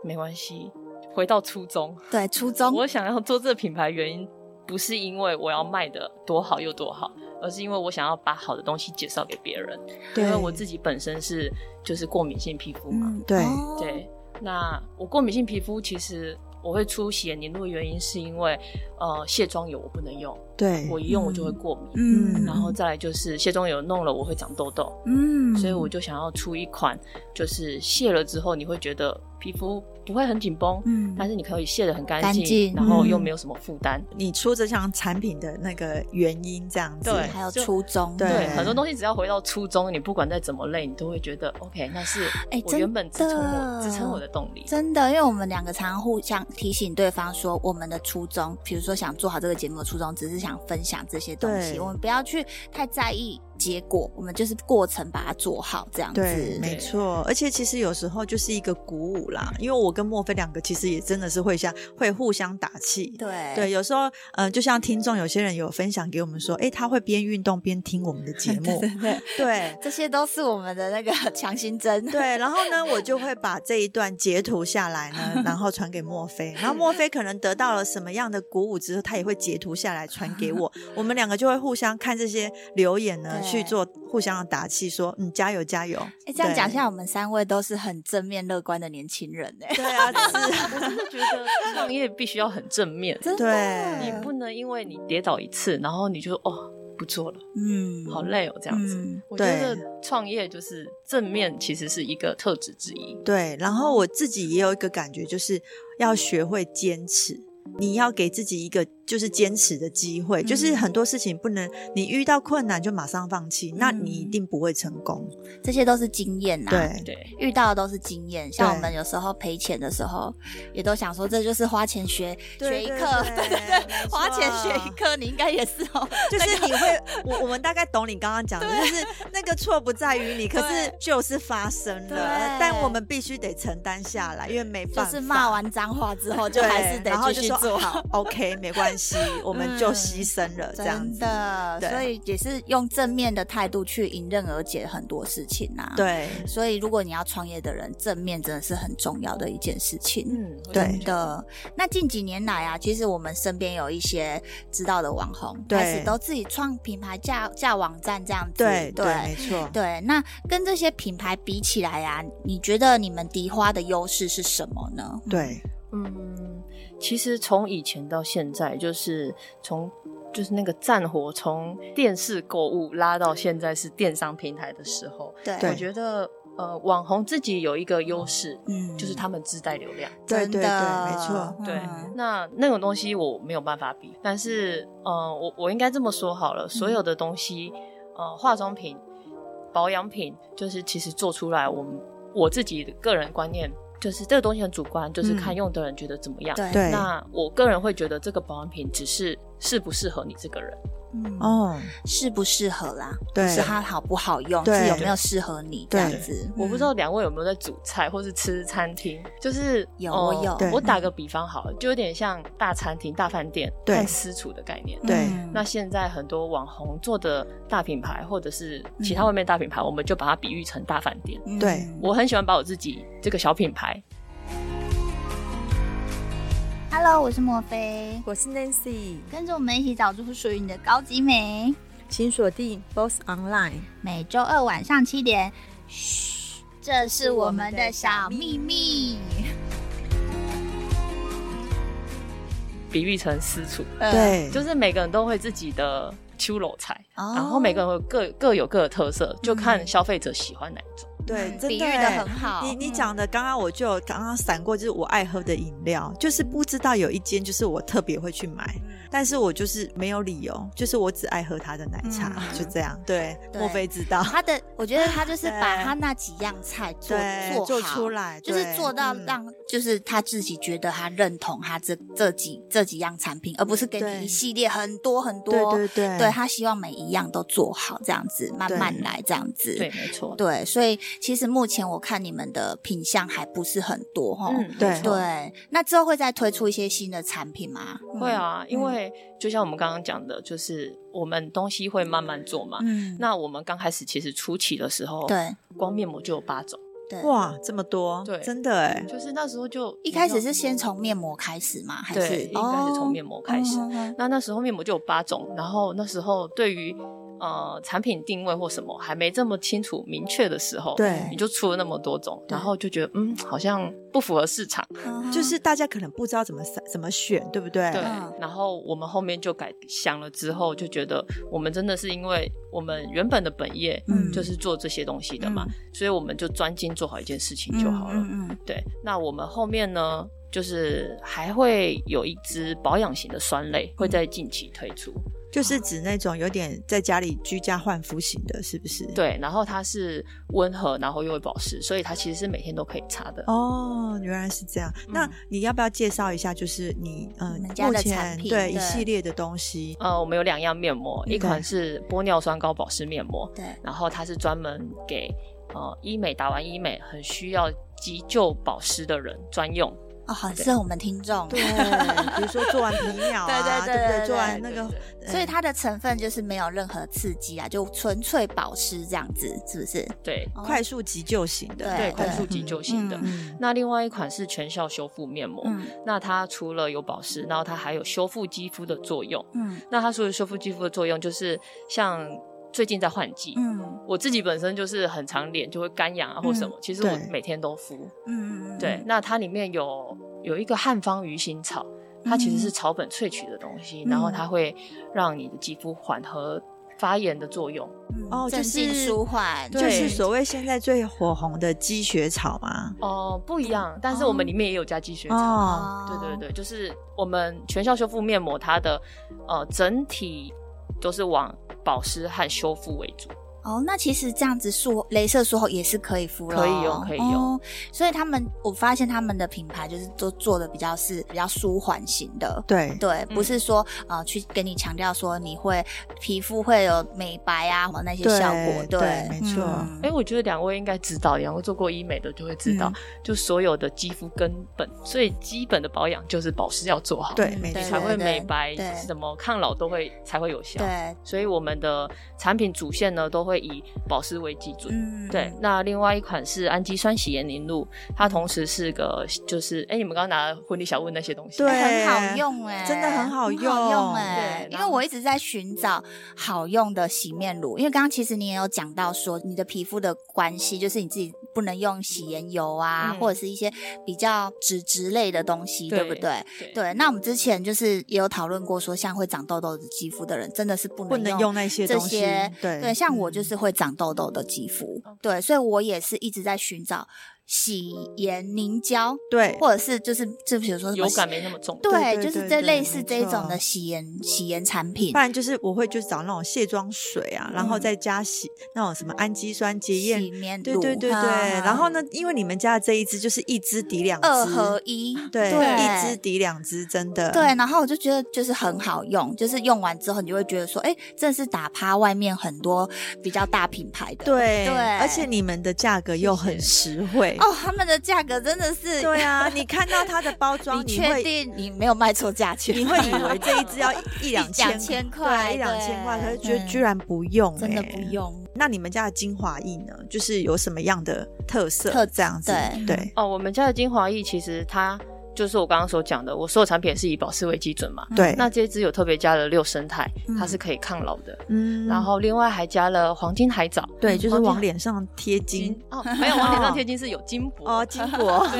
[SPEAKER 1] 没关系，回到初衷，
[SPEAKER 4] 对，初中
[SPEAKER 1] 我想要做这个品牌原因不是因为我要卖的多好又多好，而是因为我想要把好的东西介绍给别人，因
[SPEAKER 3] 对，嗯
[SPEAKER 1] 为我自己本身是就是过敏性皮肤嘛，
[SPEAKER 3] 对
[SPEAKER 4] 哦
[SPEAKER 1] 对，那我过敏性皮肤其实。我会出血凝露的原因是因为，呃，卸妆油我不能用，
[SPEAKER 3] 对
[SPEAKER 1] 我一用我就会过敏。
[SPEAKER 4] 嗯，
[SPEAKER 3] 嗯
[SPEAKER 1] 然后再来就是卸妆油弄了我会长痘痘，
[SPEAKER 4] 嗯，
[SPEAKER 1] 所以我就想要出一款，就是卸了之后你会觉得皮肤不会很紧绷，
[SPEAKER 4] 嗯，
[SPEAKER 1] 但是你可以卸得很干
[SPEAKER 4] 干
[SPEAKER 1] 净，
[SPEAKER 4] 净
[SPEAKER 1] 然后又
[SPEAKER 3] 嗯
[SPEAKER 1] 没有什么负担。
[SPEAKER 3] 你出这项产品的那个原因这样子，
[SPEAKER 1] 对
[SPEAKER 4] 还有
[SPEAKER 1] 就
[SPEAKER 4] 初中，
[SPEAKER 3] 对
[SPEAKER 1] 对，很多东西只要回到初衷，你不管再怎么累，你都会觉得 OK，那是
[SPEAKER 4] 哎
[SPEAKER 1] 我
[SPEAKER 4] 真
[SPEAKER 1] 原本支撑
[SPEAKER 4] 的
[SPEAKER 1] 我支撑我的动力。
[SPEAKER 4] 真的，因为我们两个常常互相提醒对方说，我们的初衷，比如说想做好这个节目的初衷，只是想分享这些东西，
[SPEAKER 3] 对
[SPEAKER 4] 我们不要去太在意结果，我们就是过程把它做好，这样子。
[SPEAKER 3] 对，没
[SPEAKER 1] 对
[SPEAKER 3] 错。而且其实有时候就是一个鼓舞啦，因为我跟莫菲两个其实也真的是会相会互相打气。
[SPEAKER 4] 对
[SPEAKER 3] 对，有时候，嗯、就像听众有些人有分享给我们说，诶，他会边运动边听我们的节目，
[SPEAKER 4] 对
[SPEAKER 3] 对
[SPEAKER 4] 这些都是我们的那个 强心针。
[SPEAKER 3] 对。然后呢，我就会把这一段截图下来呢，然后传给莫菲。然后莫菲可能得到了什么样的鼓舞之后，他也会截图下来传给 我。我们两个就会互相看这些留言呢，
[SPEAKER 4] 对
[SPEAKER 3] 去做互相的打气，说，嗯，加油加油。
[SPEAKER 4] 哎，这样
[SPEAKER 3] 对
[SPEAKER 4] 讲下，我们三位都是很正面乐观的年轻人哎，
[SPEAKER 3] 对啊，是。
[SPEAKER 1] 我真的觉得创业必须要很正面，
[SPEAKER 4] 真的，
[SPEAKER 3] 对
[SPEAKER 1] 你不能因为你跌倒一次，然后你就哦不做了，
[SPEAKER 4] 嗯，
[SPEAKER 1] 好累哦这样子。
[SPEAKER 4] 嗯
[SPEAKER 1] 我觉得
[SPEAKER 3] 对
[SPEAKER 1] 创业就是正面，其实是一个特质之一。
[SPEAKER 3] 对，然后我自己也有一个感觉，就是要学会坚持。你要给自己一个就是坚持的机会，就是
[SPEAKER 4] 嗯
[SPEAKER 3] 很多事情不能你遇到困难就马上放弃，那你
[SPEAKER 4] 嗯
[SPEAKER 3] 一定不会成功。
[SPEAKER 4] 这些都是经验呐。
[SPEAKER 3] 对
[SPEAKER 1] 对，
[SPEAKER 4] 遇到的都是经验，像
[SPEAKER 3] 对
[SPEAKER 4] 我们有时候赔钱的时候，也都想说这就是花钱学学
[SPEAKER 3] 对
[SPEAKER 4] 一
[SPEAKER 3] 对
[SPEAKER 4] 课，
[SPEAKER 3] 对
[SPEAKER 4] 对
[SPEAKER 3] 没
[SPEAKER 4] 对，花钱
[SPEAKER 3] 错
[SPEAKER 4] 学一课，你应该也是 哦，
[SPEAKER 3] 就是你会，我我们大概懂你刚刚讲的，就是那个错不在于你，可是
[SPEAKER 4] 对
[SPEAKER 3] 就是发生
[SPEAKER 4] 对
[SPEAKER 3] 了，但我们必须得承担下来，因为没
[SPEAKER 4] 就
[SPEAKER 3] 办法。
[SPEAKER 4] 是骂完脏话之后，就
[SPEAKER 3] 对，
[SPEAKER 4] 还是得
[SPEAKER 3] 然后
[SPEAKER 4] 继
[SPEAKER 3] 就
[SPEAKER 4] 续
[SPEAKER 3] 说啊
[SPEAKER 4] 做
[SPEAKER 3] 好
[SPEAKER 4] 好，
[SPEAKER 3] ，OK，没关系，我们就
[SPEAKER 4] 嗯
[SPEAKER 3] 牺牲了， 这样
[SPEAKER 4] 真
[SPEAKER 3] 子。
[SPEAKER 4] 的，
[SPEAKER 3] 对
[SPEAKER 4] 所以也是用正面的态度去迎刃而解很多事情呐、啊。。
[SPEAKER 3] 对，
[SPEAKER 4] 所以，如果你要创业的人，正面真的是很重要的一件事情。
[SPEAKER 1] 嗯，
[SPEAKER 3] 对
[SPEAKER 4] 真的。那近几年来啊，其实我们身边有一些知道的网红，开
[SPEAKER 3] 对
[SPEAKER 4] 始都自己创品牌架架网站这样子。
[SPEAKER 3] 对
[SPEAKER 4] 对
[SPEAKER 3] 对，没错。
[SPEAKER 4] 对那跟这些品牌比起来啊，你觉得你们迪花的优势是什么呢？
[SPEAKER 3] 对，
[SPEAKER 1] 嗯，其实从以前到现在，就是从就是那个战火从电视购物拉到现在是电商平台的时候，
[SPEAKER 4] 对
[SPEAKER 3] 对
[SPEAKER 1] 我觉得呃，网红自己有一个优势，
[SPEAKER 4] 嗯
[SPEAKER 1] 就是他们自带流量。
[SPEAKER 3] 对
[SPEAKER 4] 真
[SPEAKER 3] 对
[SPEAKER 4] 的
[SPEAKER 3] 对，没错，
[SPEAKER 1] 对
[SPEAKER 4] 嗯，
[SPEAKER 1] 那那种东西我没有办法比，但是呃，我我应该这么说好了，所有的东西，呃，化妆品、保养品，就是其实做出来，我们我自己的个人观念。就是这个东西很主观，就是看
[SPEAKER 3] 嗯
[SPEAKER 1] 用的人觉得怎么样。
[SPEAKER 4] 对
[SPEAKER 3] 对
[SPEAKER 1] 那我个人会觉得这个保养品只是适不适合你这个人，
[SPEAKER 4] 嗯
[SPEAKER 3] 哦，
[SPEAKER 4] 适不适合啦？
[SPEAKER 3] 对
[SPEAKER 4] 不是它好不好用，
[SPEAKER 3] 对
[SPEAKER 4] 是有没有适合你这
[SPEAKER 3] 对
[SPEAKER 4] 样子。
[SPEAKER 1] 我不知道两位有没有在煮菜或是吃餐厅，就是
[SPEAKER 4] 有
[SPEAKER 1] 呃
[SPEAKER 4] 我有
[SPEAKER 3] 对
[SPEAKER 1] 我打个比方好了，就有点像大餐厅、大饭店
[SPEAKER 3] 对
[SPEAKER 1] 和私厨的概念。
[SPEAKER 4] 嗯，
[SPEAKER 3] 对
[SPEAKER 4] 嗯
[SPEAKER 1] 那现在很多网红做的大品牌，或者是其他外面大品牌，我们就把它比喻成大饭店。
[SPEAKER 3] 对
[SPEAKER 4] 嗯
[SPEAKER 1] 我很喜欢把我自己这个小品牌
[SPEAKER 4] Hello，我是莫菲，
[SPEAKER 2] 我是 Nancy，
[SPEAKER 4] 跟着我们一起找出属于你的高级美。
[SPEAKER 2] 请锁定 Boss Online。
[SPEAKER 4] 每周二晚上七点，嘘，这是我们的小秘密。
[SPEAKER 1] 比喻成私厨，
[SPEAKER 4] 呃，
[SPEAKER 3] 对，
[SPEAKER 1] 就是每个人都会自己的秋楼菜，
[SPEAKER 4] 哦
[SPEAKER 1] 然后每个人会各各有各的特色，就看消费者喜欢哪一种。
[SPEAKER 3] 对，真
[SPEAKER 4] 呃比喻
[SPEAKER 3] 的
[SPEAKER 4] 的
[SPEAKER 3] 欸
[SPEAKER 4] 很好。
[SPEAKER 3] 你你
[SPEAKER 4] 嗯
[SPEAKER 3] 讲的刚刚我就有刚刚闪过，就是我爱喝的饮料，就是不知道有一间就是我特别会去买，但是我就是没有理由，就是我只爱喝他的奶茶，
[SPEAKER 4] 嗯
[SPEAKER 3] 就这样。对，
[SPEAKER 4] 对
[SPEAKER 3] 莫非知道？
[SPEAKER 4] 啊他的，我觉得他就是把
[SPEAKER 3] 啊对
[SPEAKER 4] 他那几样菜做
[SPEAKER 3] 对，
[SPEAKER 4] 做
[SPEAKER 3] 做
[SPEAKER 4] 好
[SPEAKER 3] 出来
[SPEAKER 4] 就是做到。
[SPEAKER 3] 对嗯
[SPEAKER 4] 让，就是他自己觉得他认同他这这几这几样产品，而不是给
[SPEAKER 3] 对
[SPEAKER 4] 你一系列很多很多。
[SPEAKER 3] 对对对，
[SPEAKER 4] 对他希望每一样都做好，这样子慢
[SPEAKER 3] 对
[SPEAKER 4] 慢来，这样子。
[SPEAKER 1] 对，没错，
[SPEAKER 4] 对所以其实目前我看你们的品相还不是很多哈。
[SPEAKER 1] 嗯，
[SPEAKER 3] 对
[SPEAKER 1] 没错
[SPEAKER 4] 对，那之后会再推出一些新的产品吗？
[SPEAKER 1] 会啊，因
[SPEAKER 4] 嗯
[SPEAKER 1] 为就像我们刚刚讲的，就是我们东西会慢慢做嘛。
[SPEAKER 4] 嗯，
[SPEAKER 1] 那我们刚开始其实初期的时候，，
[SPEAKER 4] 对
[SPEAKER 1] 光面膜就有八种，
[SPEAKER 4] 对。
[SPEAKER 3] 哇，这么多，
[SPEAKER 1] 对
[SPEAKER 3] 真的哎，
[SPEAKER 1] 就是那时候就
[SPEAKER 4] 一开始是先从面膜开始吗？还是
[SPEAKER 1] 对，应该是从面膜开始。
[SPEAKER 4] 哦嗯嗯嗯
[SPEAKER 1] 那那时候面膜就有八种，然后那时候对于呃产品定位或什么还没这么清楚明确的时候，
[SPEAKER 3] 对
[SPEAKER 1] 你就出了那么多种，
[SPEAKER 4] 对
[SPEAKER 1] 然后就觉得嗯好像不符合市场，
[SPEAKER 4] 嗯
[SPEAKER 3] 就是大家可能不知道怎么怎么选，对不对？
[SPEAKER 1] 对
[SPEAKER 4] 嗯。
[SPEAKER 1] 然后我们后面就改想了之后，就觉得我们真的是因为我们原本的本业
[SPEAKER 4] 嗯
[SPEAKER 1] 就是做这些东西的嘛，所以我们就专精做好一件事情就好了。
[SPEAKER 4] 嗯嗯嗯
[SPEAKER 1] 对，那我们后面呢？就是还会有一支保养型的酸类会
[SPEAKER 4] 嗯
[SPEAKER 1] 在近期推出，
[SPEAKER 3] 就是指那种有点在家里居家换肤型的，是不是？，
[SPEAKER 1] 对，然后它是温和，然后又会保湿，所以它其实是每天都可以擦的。
[SPEAKER 3] 哦，原来是这样。那
[SPEAKER 1] 嗯
[SPEAKER 3] 你要不要介绍一下，就是你呃，
[SPEAKER 4] 你们家
[SPEAKER 3] 目
[SPEAKER 4] 的产
[SPEAKER 3] 前
[SPEAKER 4] 品
[SPEAKER 3] 对
[SPEAKER 4] 对
[SPEAKER 3] 一系列的东 西？
[SPEAKER 1] 呃，我们有两样面膜，
[SPEAKER 3] 嗯
[SPEAKER 1] 一款是玻尿酸高保湿面膜，
[SPEAKER 4] 对，
[SPEAKER 1] 然后它是专门给呃医美打完医美很需要急救保湿的人专用。
[SPEAKER 4] 哦，很适合我们听众。
[SPEAKER 3] 对，比如说做完皮秒啊，
[SPEAKER 4] 对对对
[SPEAKER 3] 不
[SPEAKER 4] 对
[SPEAKER 3] 对？做完
[SPEAKER 4] 对
[SPEAKER 3] 那个，
[SPEAKER 4] 所以它的成分就是没有任何刺激啊，就纯粹保湿这样子，是不是？
[SPEAKER 1] 对
[SPEAKER 4] 哦
[SPEAKER 3] 快速急救型的，
[SPEAKER 1] 对，
[SPEAKER 4] 对
[SPEAKER 1] 快速急救型的。
[SPEAKER 3] 嗯，
[SPEAKER 1] 那另外一款是全效修复面膜，
[SPEAKER 4] 嗯
[SPEAKER 1] 那它除了有保湿，然后它还有修复肌肤的作用。
[SPEAKER 4] 嗯
[SPEAKER 1] 那它除了修复肌肤的作用，就是像最近在换季，
[SPEAKER 4] 嗯
[SPEAKER 1] 我自己本身就是很常脸就会干痒啊或什么，其实我
[SPEAKER 3] 对
[SPEAKER 1] 每天都敷。
[SPEAKER 4] 嗯嗯，嗯
[SPEAKER 1] 对，，那它里面有有一个汉方鱼腥草，它其实是草本萃取的东西，
[SPEAKER 4] 嗯
[SPEAKER 1] 然后它会让你的肌肤缓和发炎的作用。
[SPEAKER 4] 嗯
[SPEAKER 3] 哦
[SPEAKER 4] 镇
[SPEAKER 3] 就是
[SPEAKER 4] 静舒缓，
[SPEAKER 1] 对
[SPEAKER 3] 就是所谓现在最火红的积雪草嘛。
[SPEAKER 1] 哦、不一样，但是我们里面也有加积雪草。
[SPEAKER 3] 哦，
[SPEAKER 4] 哦
[SPEAKER 1] 对对，对，就是我们全效修复面膜，它的呃整体都是往保湿和修复为主。
[SPEAKER 4] 哦，那其实这样子术，镭射术后也是可以敷了，
[SPEAKER 1] 可以用可以用
[SPEAKER 4] 哦所以他们，我发现他们的品牌就是都做的比较是比较舒缓型的，
[SPEAKER 3] 对，
[SPEAKER 4] 对，
[SPEAKER 1] 嗯
[SPEAKER 4] 不是说呃去跟你强调说你会皮肤会有美白啊或那些
[SPEAKER 3] 对
[SPEAKER 4] 效果，
[SPEAKER 3] 对没错
[SPEAKER 1] 哎、我觉得两位应该知道，两位做过医美的就会知道，
[SPEAKER 4] 嗯
[SPEAKER 1] 就所有的肌肤根本最基本的保养就是保湿要做好，
[SPEAKER 3] 对，没
[SPEAKER 4] 嗯对
[SPEAKER 1] 才
[SPEAKER 3] 错，
[SPEAKER 1] 会美白
[SPEAKER 4] 对，
[SPEAKER 1] 什么抗老都会才会有效。
[SPEAKER 4] 对，
[SPEAKER 1] 所以我们的产品主线呢都会以保湿为基准。
[SPEAKER 4] 嗯，
[SPEAKER 1] 对，那另外一款是氨基酸洗颜凝露，它同时是个就是，哎、你们刚刚拿婚礼小物那些东西，
[SPEAKER 3] 对
[SPEAKER 4] 哎很好用哎、
[SPEAKER 3] 真的很好
[SPEAKER 4] 很
[SPEAKER 3] 用
[SPEAKER 4] 哎、
[SPEAKER 1] 对
[SPEAKER 4] 因
[SPEAKER 1] 然
[SPEAKER 4] 为
[SPEAKER 1] 后
[SPEAKER 4] 我一直在寻找好用的洗面乳，因为刚刚其实你也有讲到说你的皮肤的关系，就是你自己不能用洗颜油啊，
[SPEAKER 1] 嗯
[SPEAKER 4] 或者是一些比较脂质类的东西，对
[SPEAKER 1] 对
[SPEAKER 4] 不对？
[SPEAKER 1] 对
[SPEAKER 4] 对，那我们之前就是也有讨论过说，像会长痘痘的肌肤的人，真的是不能
[SPEAKER 3] 不能用那些
[SPEAKER 4] 这
[SPEAKER 3] 东西
[SPEAKER 4] 些。
[SPEAKER 3] 对
[SPEAKER 4] 对，像
[SPEAKER 3] 嗯
[SPEAKER 4] 我
[SPEAKER 3] 哦
[SPEAKER 4] 就是会长痘痘的肌肤，对，所以我也是一直在寻找洗颜凝胶，
[SPEAKER 3] 对
[SPEAKER 4] 或者是就是就比如说什么
[SPEAKER 1] 油感没那么重。
[SPEAKER 4] 对，
[SPEAKER 3] 对
[SPEAKER 4] 就是
[SPEAKER 3] 对
[SPEAKER 4] 这
[SPEAKER 3] 对
[SPEAKER 4] 类似
[SPEAKER 3] 没
[SPEAKER 4] 这一种
[SPEAKER 3] 错
[SPEAKER 4] 的洗颜洗颜产品
[SPEAKER 3] 不，然就是我会就找那种卸妆水啊，然后
[SPEAKER 4] 嗯
[SPEAKER 3] 再加洗那种什么氨基酸洁
[SPEAKER 4] 洗
[SPEAKER 3] 验，
[SPEAKER 4] 面
[SPEAKER 3] 对
[SPEAKER 4] 乳，
[SPEAKER 3] 对对对。
[SPEAKER 4] 哈
[SPEAKER 3] 然后呢，因为你们家的这一支就是一支抵两支，
[SPEAKER 4] 二合一，
[SPEAKER 3] 对，一支
[SPEAKER 4] 对。
[SPEAKER 3] 抵两支，真的
[SPEAKER 4] 对，然后我就觉得就是很好用，就是用完之后你就会觉得说，哎，真的是打趴外面很多比较大品牌的。
[SPEAKER 3] 对
[SPEAKER 4] 对
[SPEAKER 3] 而且你们的价格又很实惠。
[SPEAKER 4] 哦，他们的价格真的是，
[SPEAKER 3] 对啊，你看到它的包装，
[SPEAKER 4] 你
[SPEAKER 3] 你
[SPEAKER 4] 确
[SPEAKER 3] 会
[SPEAKER 4] 定你没有卖错价钱？
[SPEAKER 3] 你会以为这一支要一一两
[SPEAKER 4] 两
[SPEAKER 3] 千
[SPEAKER 4] 千块
[SPEAKER 3] 对，一两千块，
[SPEAKER 4] 对
[SPEAKER 3] 可是居
[SPEAKER 4] 嗯
[SPEAKER 3] 居然不用，
[SPEAKER 4] 真的
[SPEAKER 3] 欸
[SPEAKER 4] 不。用，
[SPEAKER 3] 那你们家的精华液呢？就是有什么样的特色？
[SPEAKER 4] 特
[SPEAKER 3] 这样子，
[SPEAKER 4] 对
[SPEAKER 3] 对
[SPEAKER 1] 哦，我们家的精华液其实它就是我刚刚所讲的，我所有产品也是以保湿为基准嘛。
[SPEAKER 3] 对。
[SPEAKER 1] 那这支有特别加了六生态
[SPEAKER 4] 嗯，
[SPEAKER 1] 它是可以抗老的，
[SPEAKER 3] 嗯
[SPEAKER 1] 然后另外还加了黄金海藻。
[SPEAKER 3] 对，就是
[SPEAKER 1] 黄金
[SPEAKER 3] 往脸上贴金
[SPEAKER 1] 哦，没有，我脸上贴金是有金箔
[SPEAKER 3] 哦，金箔
[SPEAKER 4] 啊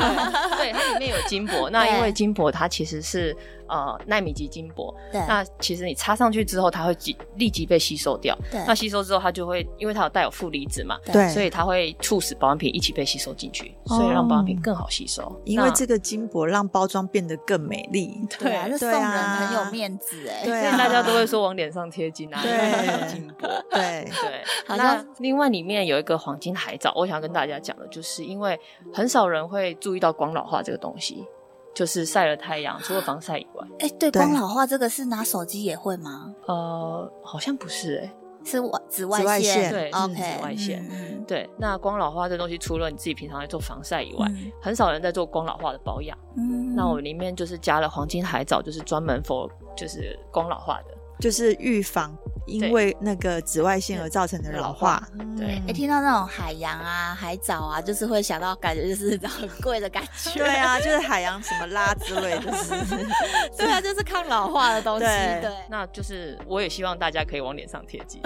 [SPEAKER 1] 对，它里面有金箔。那因为金箔它其实是呃纳米级金箔，
[SPEAKER 4] 对
[SPEAKER 1] 那其实你插上去之后，它会即立即被吸收掉。
[SPEAKER 4] 对
[SPEAKER 1] 那吸收之后，它就会因为它有带有负离子嘛，
[SPEAKER 4] 对
[SPEAKER 3] 对，
[SPEAKER 1] 所以它会促使保养品一起被吸收进去，所以让保养品更好吸收。
[SPEAKER 3] 因为
[SPEAKER 1] 那
[SPEAKER 3] 这个金箔让包装变得更美 丽。
[SPEAKER 4] 对啊，这送
[SPEAKER 3] 对
[SPEAKER 4] 人
[SPEAKER 3] 啊
[SPEAKER 4] 很有面子哎、
[SPEAKER 3] 对
[SPEAKER 1] 所
[SPEAKER 3] 啊
[SPEAKER 1] 以大家都会说往脸上贴金啊，
[SPEAKER 3] 对
[SPEAKER 1] 因为它有金箔。
[SPEAKER 3] 对，
[SPEAKER 1] 对，
[SPEAKER 4] 好
[SPEAKER 1] 那
[SPEAKER 4] 像
[SPEAKER 1] 另外里面有一个黄金海藻，我想跟大家讲的就是，因为很少人会注意到光老化这个东西，就是晒了太阳，除了防晒以外，
[SPEAKER 4] 哎、
[SPEAKER 3] 对
[SPEAKER 4] 对，光老化这个是拿手机也会吗？
[SPEAKER 1] 呃，好像不是哎、
[SPEAKER 4] 是我紫外
[SPEAKER 3] 紫外
[SPEAKER 4] 线，
[SPEAKER 3] 线
[SPEAKER 1] 对，是
[SPEAKER 4] ，OK，
[SPEAKER 1] 紫外线。
[SPEAKER 4] 嗯
[SPEAKER 1] 对，那光老化这东西，除了你自己平常在做防晒以外，
[SPEAKER 4] 嗯
[SPEAKER 1] 很少人在做光老化的保养。
[SPEAKER 4] 嗯
[SPEAKER 1] 那我们里面就是加了黄金海藻，就是专门 for 就是光老化的。
[SPEAKER 3] 就是预防因为那个紫外线而造成的老化。
[SPEAKER 1] 对
[SPEAKER 3] 嗯
[SPEAKER 4] 哎、听到那种海洋啊、海藻啊，就是会想到感觉就是很贵的感 觉。
[SPEAKER 3] 对，啊，就是海洋什么拉之类的，是不是
[SPEAKER 4] 对啊，就是抗老化的东西。
[SPEAKER 3] 对
[SPEAKER 4] 对，
[SPEAKER 1] 那就是我也希望大家可以往脸上贴金。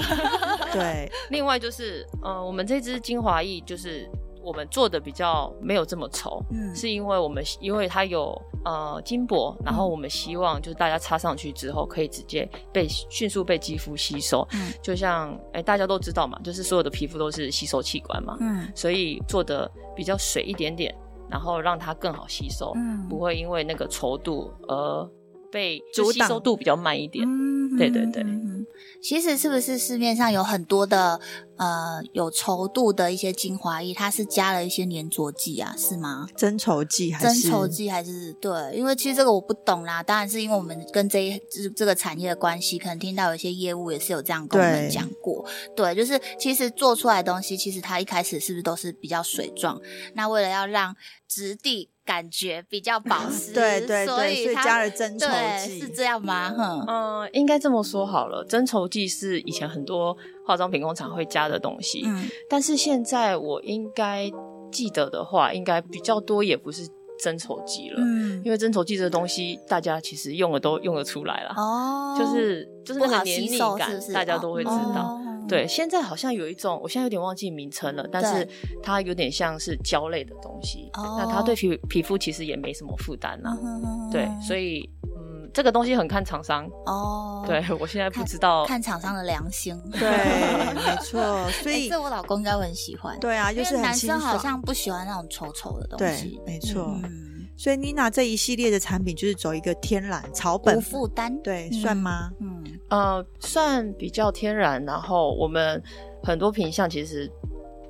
[SPEAKER 3] 对，
[SPEAKER 1] 另外就是，呃，我们这支精华液就是我们做的比较没有这么稠，
[SPEAKER 4] 嗯
[SPEAKER 1] 是因为我们因为它有呃金箔，然后我们希望就是大家插上去之后可以直接被迅速被肌肤吸收，
[SPEAKER 4] 嗯
[SPEAKER 1] 就像哎、大家都知道嘛，就是所有的皮肤都是吸收器官嘛，
[SPEAKER 4] 嗯
[SPEAKER 1] 所以做的比较水一点点，然后让它更好吸收，
[SPEAKER 4] 嗯
[SPEAKER 1] 不会因为那个稠度而被
[SPEAKER 3] 阻
[SPEAKER 1] 吸
[SPEAKER 3] 挡
[SPEAKER 1] 收度比较慢一点。
[SPEAKER 4] 嗯
[SPEAKER 1] 对对对
[SPEAKER 4] 嗯嗯其实是不是市面上有很多的呃有稠度的一些精华液，它是加了一些粘着剂啊，是吗？
[SPEAKER 3] 增稠剂还
[SPEAKER 4] 增
[SPEAKER 3] 是
[SPEAKER 4] 稠剂还是对，因为其实这个我不懂啦，当然是因为我们跟这一这这个产业的关系，可能听到有一些业务也是有这样跟我们
[SPEAKER 3] 对
[SPEAKER 4] 讲过，对，就是其实做出来的东西，其实它一开始是不是都是比较水状？那为了要让质地感觉比 较保湿，
[SPEAKER 3] 对对对，
[SPEAKER 4] 所
[SPEAKER 3] 所
[SPEAKER 4] 以它
[SPEAKER 3] 加了增稠
[SPEAKER 4] 对是
[SPEAKER 3] 剂。
[SPEAKER 4] 这样吗？哼，
[SPEAKER 1] 嗯，应该这么说好了。增稠剂是以前很多化妆品工厂会加的东西，
[SPEAKER 4] 嗯
[SPEAKER 1] 但是现在我应该记得的话，应该比较多也不是增稠剂了，
[SPEAKER 4] 嗯，
[SPEAKER 1] 因为增稠剂这东西大家其实用的都用得出来啦，
[SPEAKER 4] 哦，
[SPEAKER 1] 就是就是那
[SPEAKER 4] 不
[SPEAKER 1] 个
[SPEAKER 4] 好
[SPEAKER 1] 黏
[SPEAKER 4] 吸
[SPEAKER 1] 腻
[SPEAKER 4] 收
[SPEAKER 1] 感，
[SPEAKER 4] 是不是
[SPEAKER 1] 大家都会知道。
[SPEAKER 4] 哦
[SPEAKER 1] 对，现在好像有一种，我现在有点忘记名称了，但是
[SPEAKER 4] 对
[SPEAKER 1] 它有点像是胶类的东西，
[SPEAKER 4] 哦
[SPEAKER 1] 那它对皮皮肤其实也没什么负担
[SPEAKER 4] 嗯
[SPEAKER 1] 呐。对，所
[SPEAKER 4] 以
[SPEAKER 1] 以嗯，这个东西很看厂商，
[SPEAKER 4] 哦，
[SPEAKER 1] 对，我现在不知道，
[SPEAKER 4] 看厂商的良心，
[SPEAKER 3] 对，没错，所
[SPEAKER 4] 哎
[SPEAKER 3] 以
[SPEAKER 4] 这我老公应该会很喜欢，，
[SPEAKER 3] 对啊，就
[SPEAKER 4] 因
[SPEAKER 3] 是
[SPEAKER 4] 为
[SPEAKER 3] 很
[SPEAKER 4] 男
[SPEAKER 3] 清
[SPEAKER 4] 生好
[SPEAKER 3] 爽。
[SPEAKER 4] 像不喜欢那种稠稠的东
[SPEAKER 3] 对
[SPEAKER 4] 西，，
[SPEAKER 3] 没错。
[SPEAKER 4] 嗯，
[SPEAKER 3] 所以妮娜这一系列的产品就是走一个天然草本
[SPEAKER 4] 无，负担，
[SPEAKER 3] 对，
[SPEAKER 4] 嗯
[SPEAKER 3] 算吗？
[SPEAKER 4] 嗯
[SPEAKER 1] 呃，算比较天然。然后我们很多品相其实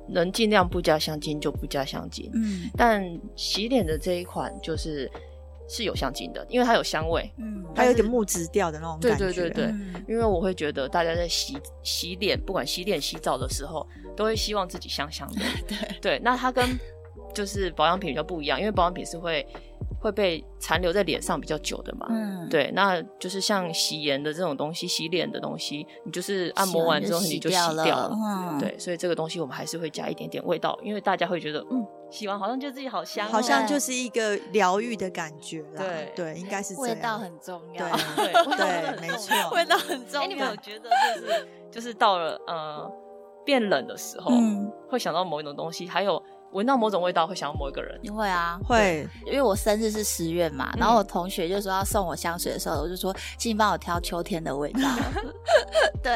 [SPEAKER 1] 能尽量不加香精就不加香精，
[SPEAKER 4] 嗯
[SPEAKER 1] 但洗脸的这一款就是是有香精的，因为它有香味。
[SPEAKER 4] 嗯，
[SPEAKER 3] 还有点木质调的那种
[SPEAKER 1] 对
[SPEAKER 3] 感觉。
[SPEAKER 1] 对对对，
[SPEAKER 4] 嗯
[SPEAKER 1] 因为我会觉得大家在洗洗脸，不管洗脸洗澡的时候，都会希望自己香香的。对对，那它跟就是保养品比较不一样，因为保养品是会会被残留在脸上比较久的嘛。
[SPEAKER 4] 嗯，
[SPEAKER 1] 对，那就是像洗颜的这种东西，洗脸的东西，你就是按摩完之后你就洗
[SPEAKER 4] 洗
[SPEAKER 1] 掉
[SPEAKER 4] 了，嗯，
[SPEAKER 1] 对，所以这个东西我们还是会加一点点味道，因为大家会觉得，嗯，洗完好像就自己好香哦、
[SPEAKER 3] 好像
[SPEAKER 4] 对
[SPEAKER 3] 就是一个疗愈的感觉啦。
[SPEAKER 1] 对
[SPEAKER 3] 应该是这
[SPEAKER 4] 味
[SPEAKER 3] 样。
[SPEAKER 4] 道很重
[SPEAKER 3] 对
[SPEAKER 4] 要，
[SPEAKER 1] 对味道
[SPEAKER 3] 对，
[SPEAKER 1] 很
[SPEAKER 3] 没
[SPEAKER 1] 重
[SPEAKER 3] 错。
[SPEAKER 1] 要
[SPEAKER 4] 味道很
[SPEAKER 1] 哎、
[SPEAKER 4] 重
[SPEAKER 1] 你们有
[SPEAKER 4] 要，
[SPEAKER 1] 觉得就是就是到了呃变冷的时候，
[SPEAKER 4] 嗯，
[SPEAKER 1] 会想到某一种东西，还有闻到某种味道会想到某一个人。
[SPEAKER 4] 你会啊，
[SPEAKER 3] 会，
[SPEAKER 4] 因为我生日是十月嘛，
[SPEAKER 1] 嗯
[SPEAKER 4] 然后我同学就说要送我香水的时候，我就说请帮我挑秋天的 味道。对，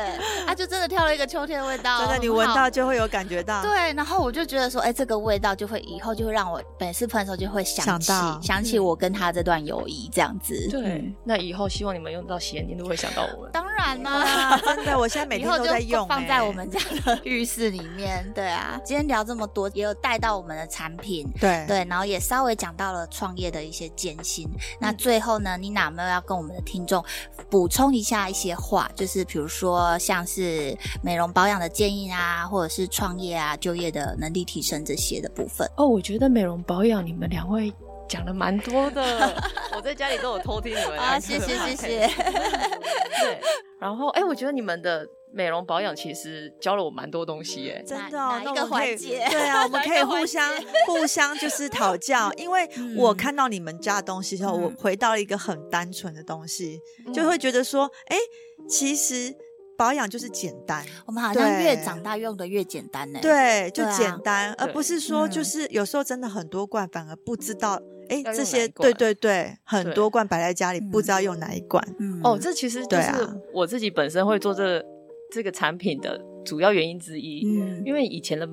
[SPEAKER 4] 他就真的挑了一个秋天的味道，
[SPEAKER 3] 真的你
[SPEAKER 4] 很好
[SPEAKER 3] 闻到。就会有感觉到。
[SPEAKER 4] 对，然后我就觉得说，哎、这个味道就会以后就会让我每次喷的时候就会想起
[SPEAKER 3] 想到嗯
[SPEAKER 4] 想起我跟他这段友谊这样子。嗯，
[SPEAKER 1] 那以后希望你们用到洗眼睛都会想到我们。
[SPEAKER 4] 当然啦、
[SPEAKER 3] 啊，真的，我 现在 每
[SPEAKER 4] 以
[SPEAKER 3] 天
[SPEAKER 4] 后
[SPEAKER 3] 都
[SPEAKER 4] 就
[SPEAKER 3] 在用、
[SPEAKER 4] 放在
[SPEAKER 3] 哎
[SPEAKER 4] 我们家的 浴室里面。对啊，今天聊这么多，也有带到我们的产品，
[SPEAKER 3] 对
[SPEAKER 4] 对，然后也稍微讲到了创业的一些艰辛。
[SPEAKER 3] 嗯
[SPEAKER 4] 那最后呢，妮娜有没有要跟我们的听众补充一下一些话？就是比如说像是美容保养的建议啊，或者是创业啊、就业的能力提升这些的部分。
[SPEAKER 1] 哦，我觉得美容保养你们两位讲的蛮多的， 我在家里都有偷听你们
[SPEAKER 4] 啊，谢谢谢谢。
[SPEAKER 1] 对，然后哎、我觉得你们的美容保养其实教了我蛮多东西耶。
[SPEAKER 3] 真的
[SPEAKER 4] 哪
[SPEAKER 3] 哦、
[SPEAKER 4] 哪一
[SPEAKER 3] 那
[SPEAKER 4] 个
[SPEAKER 3] 我们可以
[SPEAKER 4] 环节
[SPEAKER 3] 对啊，我们
[SPEAKER 4] 哪一
[SPEAKER 3] 可以
[SPEAKER 4] 个环
[SPEAKER 3] 互相
[SPEAKER 4] 节
[SPEAKER 3] 互相就是讨教，因为我
[SPEAKER 4] 嗯
[SPEAKER 3] 看到你们家的东西之后，我
[SPEAKER 4] 嗯
[SPEAKER 3] 回到了一个很单纯的东西，就会觉得说，哎、其实保养就是简单，
[SPEAKER 4] 我们好像越
[SPEAKER 3] 对
[SPEAKER 4] 长大用的越简单呢、，欸
[SPEAKER 3] 对，就
[SPEAKER 4] 呃对啊
[SPEAKER 3] 简单，而
[SPEAKER 1] 对
[SPEAKER 3] 不是说就
[SPEAKER 4] 嗯
[SPEAKER 3] 是有时候真的很多罐反而不知道哎，
[SPEAKER 1] 要用
[SPEAKER 3] 这些
[SPEAKER 1] 哪一罐
[SPEAKER 3] 对对对，很
[SPEAKER 1] 对
[SPEAKER 3] 多罐摆在家里，
[SPEAKER 4] 嗯
[SPEAKER 3] 不知道用哪一罐。
[SPEAKER 4] 嗯
[SPEAKER 1] 哦，这其实就
[SPEAKER 3] 对
[SPEAKER 1] 是
[SPEAKER 3] 啊
[SPEAKER 1] 我自己本身会做这这个产品的主要原因之一，
[SPEAKER 4] 嗯
[SPEAKER 1] 因为以前的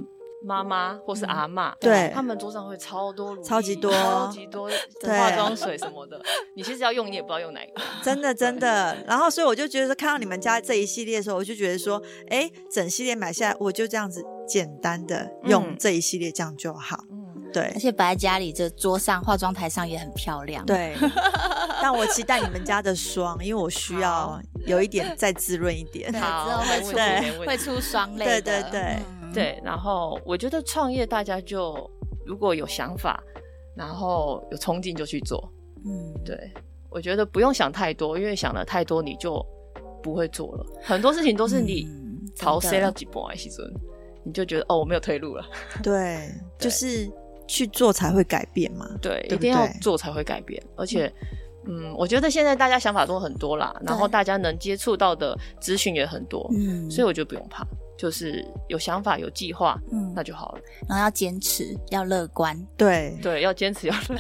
[SPEAKER 1] 妈妈或是阿嬷，
[SPEAKER 3] 嗯对
[SPEAKER 1] 他们桌上会超多乳液
[SPEAKER 3] 超级多
[SPEAKER 1] 超级多
[SPEAKER 3] 对
[SPEAKER 1] 化妆水什么的，你其实要用你也不知道用哪一个，
[SPEAKER 3] 真的真的。然后，所以我就觉得看到你们家这一系列的时候，我就觉得说，哎，整系列买下来，我就这样子简单的用
[SPEAKER 1] 嗯
[SPEAKER 3] 这一系列，这样就好。
[SPEAKER 1] 嗯，
[SPEAKER 4] 而
[SPEAKER 3] 对
[SPEAKER 4] 且摆在家里，这桌上化妆台上也很漂亮。，
[SPEAKER 3] 对。 但我期待你们家的霜，因为我需要
[SPEAKER 1] 好啊
[SPEAKER 3] 有一点再滋润一点。
[SPEAKER 4] 对，之
[SPEAKER 1] 好
[SPEAKER 4] 后会
[SPEAKER 1] 没
[SPEAKER 4] 出
[SPEAKER 1] 问题没
[SPEAKER 4] 会
[SPEAKER 1] 问题
[SPEAKER 4] 出双类
[SPEAKER 3] 对
[SPEAKER 4] 的。
[SPEAKER 3] 对对
[SPEAKER 4] 嗯，
[SPEAKER 1] 对。然后我觉得创业大家就如果有想法，然后有冲劲就去做，
[SPEAKER 4] 嗯，
[SPEAKER 1] 对，我觉得不用想太多，因为想的太多你就不会做了。很多事情都是你
[SPEAKER 4] 嗯
[SPEAKER 1] 朝
[SPEAKER 4] 真
[SPEAKER 1] 塞
[SPEAKER 4] 的
[SPEAKER 1] 到几波西尊，你就觉得哦，我没有退路了。
[SPEAKER 3] 对，就是去做才会改变嘛。
[SPEAKER 1] 对，一
[SPEAKER 3] 对不
[SPEAKER 1] 定要
[SPEAKER 3] 对
[SPEAKER 1] 做才会改变。而且，嗯，我觉得现在大家想法都很多啦，然后大家能接触到的资讯也很多，
[SPEAKER 4] 嗯，
[SPEAKER 1] 所以我觉得不用怕，就是有想法、有计划，
[SPEAKER 4] 嗯
[SPEAKER 1] 那就好了。
[SPEAKER 4] 然后要坚持，要乐观，
[SPEAKER 3] 对。
[SPEAKER 1] 对，要坚持，要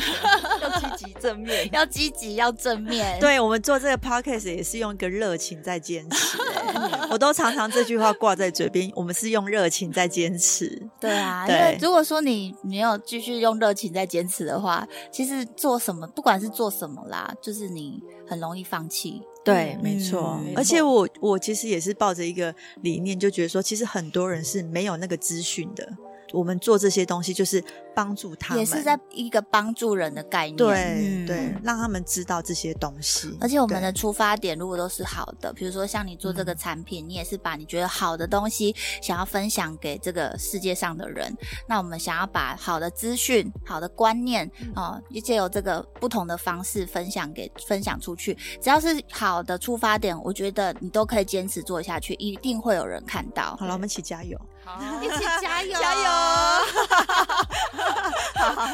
[SPEAKER 1] 要积极正面。
[SPEAKER 4] 要积极，要正 面。
[SPEAKER 3] 对我们做这个 podcast 也是用一个热情在坚持、欸我都常常这句话挂在嘴边。我们是用热情在坚持，
[SPEAKER 4] 对啊，因
[SPEAKER 3] 对
[SPEAKER 4] 为如果说你没有继续用热情在坚持的话，其实做什么，不管是做什么啦，就是你很容易放弃。
[SPEAKER 3] 对，
[SPEAKER 1] 嗯
[SPEAKER 3] 没错
[SPEAKER 4] 没。
[SPEAKER 3] 而且
[SPEAKER 1] 错
[SPEAKER 3] 我我其实也是抱着一个理念，就觉得说，其实很多人是没有那个资讯的。我们做这些东西就是帮助他们，
[SPEAKER 4] 也是在一个帮助人的概念。
[SPEAKER 3] 对、
[SPEAKER 4] 嗯
[SPEAKER 3] 对，让他们知道这些东西。
[SPEAKER 4] 而且我们的
[SPEAKER 3] 对嗯
[SPEAKER 4] 出发点如果都是好的，比如说像你做这个产品，你也是把你觉得好的东西想要分享给这个世界上的人。那我们想要把好的资讯、好的观念
[SPEAKER 3] 嗯
[SPEAKER 4] 哦，也借由这个不同的方式分享给分享出去。只要是好的出发点，我觉得你都可以坚持做下去，一定会有人看到。
[SPEAKER 3] 好了，我们一起加油。
[SPEAKER 1] 好，
[SPEAKER 4] 一起加油，
[SPEAKER 3] 加！油！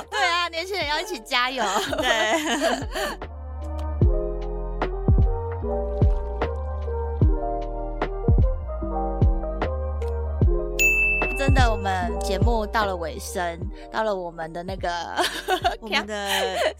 [SPEAKER 4] 对啊，年轻人要一起加油。
[SPEAKER 3] 对。
[SPEAKER 4] 真的，我们节目到了尾声，到了我们 的那个
[SPEAKER 3] 我们 的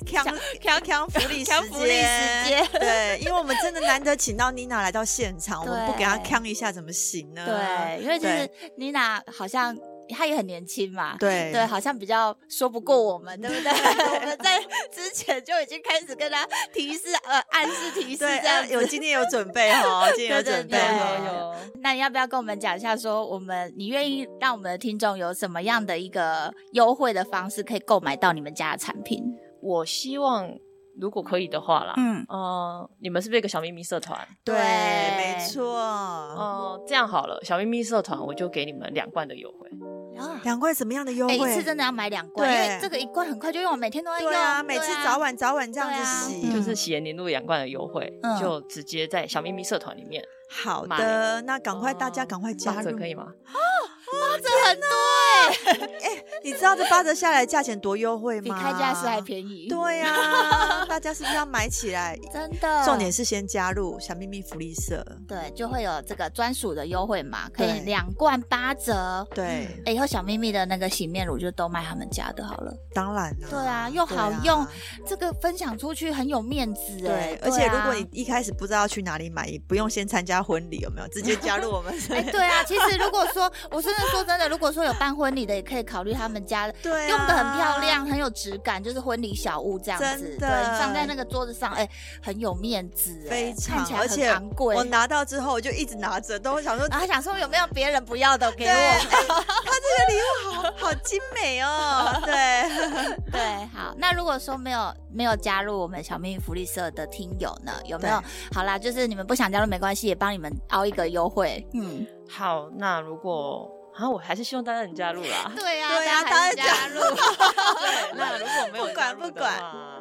[SPEAKER 3] 康康康福利
[SPEAKER 4] 康福利时 间
[SPEAKER 3] 对，因为我们真的难得请到妮娜来到现场，我们不给她
[SPEAKER 4] 对
[SPEAKER 3] 康一下怎么行呢？
[SPEAKER 4] 对，因为其实
[SPEAKER 3] 啊对
[SPEAKER 4] 妮娜好像她也很年轻嘛，
[SPEAKER 3] 对
[SPEAKER 4] 对，好像比较说不过我们，对不对？ 我们在之前就已经开始跟她提示，呃，暗示提示
[SPEAKER 3] 对，
[SPEAKER 4] 这样
[SPEAKER 3] 呃
[SPEAKER 4] 子。
[SPEAKER 3] 有今天有准备 哦，今天有准备
[SPEAKER 4] 对对
[SPEAKER 1] 有
[SPEAKER 4] 对
[SPEAKER 3] 哦。
[SPEAKER 1] 有。
[SPEAKER 4] 那你要不要跟我们讲一下，说我们你愿意让我们的听众有什么样的一个优惠的方式可以购买到你们家的产品？
[SPEAKER 1] 我希望如果可以的话啦，
[SPEAKER 4] 嗯，
[SPEAKER 1] 嗯，你们是不是有一个小秘密社团？
[SPEAKER 3] 对，
[SPEAKER 4] 对哦
[SPEAKER 3] 没错。
[SPEAKER 1] 嗯，这样好了，小秘密社团我就给你们两罐的优惠。
[SPEAKER 4] 啊
[SPEAKER 3] 两罐什么样的优
[SPEAKER 4] 哎，一
[SPEAKER 3] 惠
[SPEAKER 4] 次？真的要买两罐，因
[SPEAKER 3] 对
[SPEAKER 4] 为这个一罐很快就用，每天都在用。
[SPEAKER 3] 对啊，每次早晚早晚这样
[SPEAKER 4] 对
[SPEAKER 3] 子
[SPEAKER 4] 啊
[SPEAKER 3] 洗
[SPEAKER 4] 嗯。
[SPEAKER 1] 就是喜颜年度两罐的优惠，
[SPEAKER 4] 嗯
[SPEAKER 1] 就直接在小秘密社团里面
[SPEAKER 3] 好
[SPEAKER 1] 买
[SPEAKER 3] 的，那赶快大家
[SPEAKER 1] 哦
[SPEAKER 3] 赶快
[SPEAKER 1] 八
[SPEAKER 3] 加
[SPEAKER 1] 折
[SPEAKER 3] 入，
[SPEAKER 1] 可以吗？
[SPEAKER 3] 你知道这八折下来价钱多优惠
[SPEAKER 4] 比
[SPEAKER 3] 吗？
[SPEAKER 4] 开架式还便宜。
[SPEAKER 3] 对 呀，大家是不是要买起来？
[SPEAKER 4] 真的，
[SPEAKER 3] 重点是先加入小秘密福利社，
[SPEAKER 4] 对，就会有这个专属的优惠码，可以
[SPEAKER 3] 对
[SPEAKER 4] 两罐八折。
[SPEAKER 3] 对，
[SPEAKER 4] 哎以后小秘密的那个洗面乳就都卖他们家的好了。
[SPEAKER 3] 当然啦、
[SPEAKER 4] 对啊，又
[SPEAKER 3] 对
[SPEAKER 4] 好
[SPEAKER 3] 啊
[SPEAKER 4] 用，这个分享出去很有面子哎。
[SPEAKER 3] 对，而且
[SPEAKER 4] 啊
[SPEAKER 3] 如果你一开始不知道要去哪里买，也不用先参加婚礼，有没有？直接加入我们。
[SPEAKER 4] 哎，对啊，其实如果说，我真的说真的，如果说有办婚礼的，也可以考虑他们家的，
[SPEAKER 3] 对啊
[SPEAKER 4] 用的很漂亮，很有质感，就是婚礼小物这样子，
[SPEAKER 3] 真
[SPEAKER 4] 对，
[SPEAKER 3] 的
[SPEAKER 4] 你放在那个桌子上，哎，很有面子，哎
[SPEAKER 3] 非
[SPEAKER 4] 看
[SPEAKER 3] 常
[SPEAKER 4] 起，来
[SPEAKER 3] 而
[SPEAKER 4] 很
[SPEAKER 3] 且
[SPEAKER 4] 昂贵。
[SPEAKER 3] 我拿到之后，我就一直拿着，都想 说，
[SPEAKER 4] 然后想说有没有别人不要的给
[SPEAKER 3] 对，
[SPEAKER 4] 我
[SPEAKER 3] 哎，他这个礼物好好精美 哦，对，
[SPEAKER 4] 对，好，那如果说没有没有加入我们小秘密福利社的听友呢，有没有？好啦，就是你们不想加入没关系，也帮你们熬一个优惠。嗯，。
[SPEAKER 1] 好，那如果啊，我还是希望大家能加入啦
[SPEAKER 4] 对呀、
[SPEAKER 3] 对啊
[SPEAKER 4] 大家还是加入。
[SPEAKER 1] 对， 那如果没有
[SPEAKER 3] 不管
[SPEAKER 1] 加入的
[SPEAKER 3] 不管
[SPEAKER 1] 话，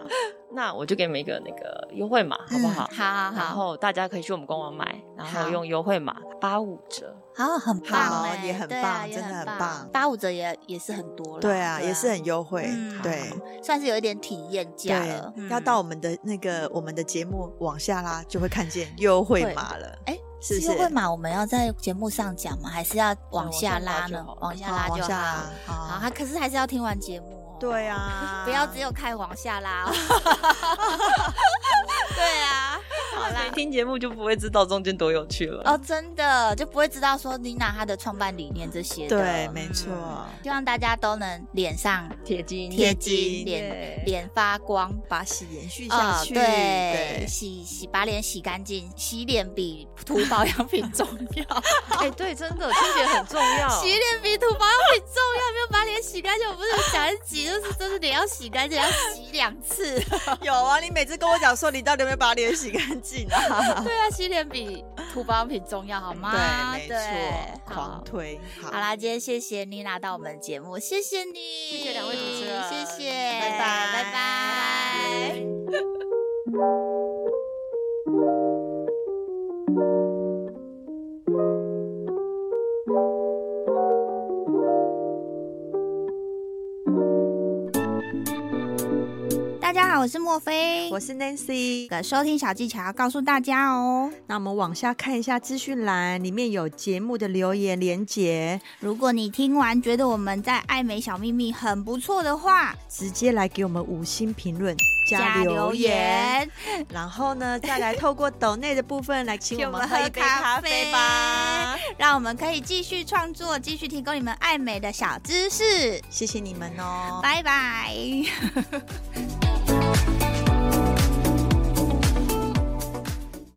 [SPEAKER 1] 那我就给你们一个那个优惠码，好不好？
[SPEAKER 4] 好嗯好
[SPEAKER 1] 然
[SPEAKER 4] 好，
[SPEAKER 1] 后大家可以去我们官网买，然
[SPEAKER 4] 好
[SPEAKER 1] 后用优惠码八五折。
[SPEAKER 4] 好，很棒、
[SPEAKER 3] 好
[SPEAKER 4] 欸，
[SPEAKER 3] 也很
[SPEAKER 4] 对啊
[SPEAKER 3] 棒
[SPEAKER 4] 也
[SPEAKER 3] 真的
[SPEAKER 4] 很
[SPEAKER 3] 很棒
[SPEAKER 4] 八五折也也是很多了，
[SPEAKER 3] 对啊，也是很优惠，
[SPEAKER 4] 嗯
[SPEAKER 3] 对。
[SPEAKER 4] 算是有一点体验价
[SPEAKER 3] 对
[SPEAKER 4] 了，。嗯
[SPEAKER 3] 要到我们的那个我们的节目往下拉，就会看见优惠码了。
[SPEAKER 4] 哎，
[SPEAKER 3] 是不
[SPEAKER 4] 优
[SPEAKER 3] 是
[SPEAKER 4] 惠码我们要在节目上讲吗？还是要往下拉呢？
[SPEAKER 1] 往
[SPEAKER 4] 往下拉
[SPEAKER 3] 好
[SPEAKER 4] 就
[SPEAKER 3] 往
[SPEAKER 4] 好。
[SPEAKER 3] 下拉，哦
[SPEAKER 4] 好，
[SPEAKER 3] 好
[SPEAKER 4] 他可是还是要听完节目哦。
[SPEAKER 3] 对啊，
[SPEAKER 4] 不要只有看往下拉、 哦。对啊，好啦
[SPEAKER 1] 谁。 听节目就不会知道中间多有趣了。
[SPEAKER 4] 哦，真的就不会知道说妮娜她的创办理念这些的。嗯
[SPEAKER 3] 对，没错。
[SPEAKER 4] 希望大家都能脸上
[SPEAKER 1] 铁金，
[SPEAKER 4] 贴
[SPEAKER 3] 金
[SPEAKER 4] 金，脸
[SPEAKER 3] 对
[SPEAKER 4] 脸发光。
[SPEAKER 3] 把喜延续
[SPEAKER 4] 啊、
[SPEAKER 3] 下 去，
[SPEAKER 4] 对，洗洗把脸洗干净，洗脸比涂保养品重要，
[SPEAKER 1] 哎、对，真的清洁很重要。
[SPEAKER 4] 洗脸比涂保养品重要。没有把脸洗干净，我不是有讲一集，就是就是脸要洗干净，要洗两次。
[SPEAKER 3] 有啊，你每次跟我讲说你到底有没有把脸洗干净啊？
[SPEAKER 4] 对啊，洗脸比涂保养品重要，好吗？
[SPEAKER 3] 对，没
[SPEAKER 4] 啊对
[SPEAKER 3] 错，狂
[SPEAKER 4] 好
[SPEAKER 3] 推。好
[SPEAKER 4] 好啦，今天谢谢妮娜到我们的节目，谢谢你，谢
[SPEAKER 1] 谢两位主持人
[SPEAKER 4] 谢谢，
[SPEAKER 3] 拜拜
[SPEAKER 4] 拜拜。大家好，我是莫菲，
[SPEAKER 2] 我是 Nancy。
[SPEAKER 4] 个收听小技巧要告诉大家哦。
[SPEAKER 2] 那我们往下看一下资讯栏，里面有节目的留言连结，
[SPEAKER 4] 如果你听完觉得我们在爱美小秘密很不错的话，
[SPEAKER 2] 直接来给我们五星评论加留言，。然后呢，再来透过抖内的部分来请
[SPEAKER 4] 请
[SPEAKER 2] 我
[SPEAKER 4] 我
[SPEAKER 2] 们喝
[SPEAKER 4] 们喝
[SPEAKER 2] 一杯咖啡吧。
[SPEAKER 4] 让我们可以继续创作，继续提供你们爱美的小知识。
[SPEAKER 3] 谢谢你们哦，
[SPEAKER 4] 拜拜。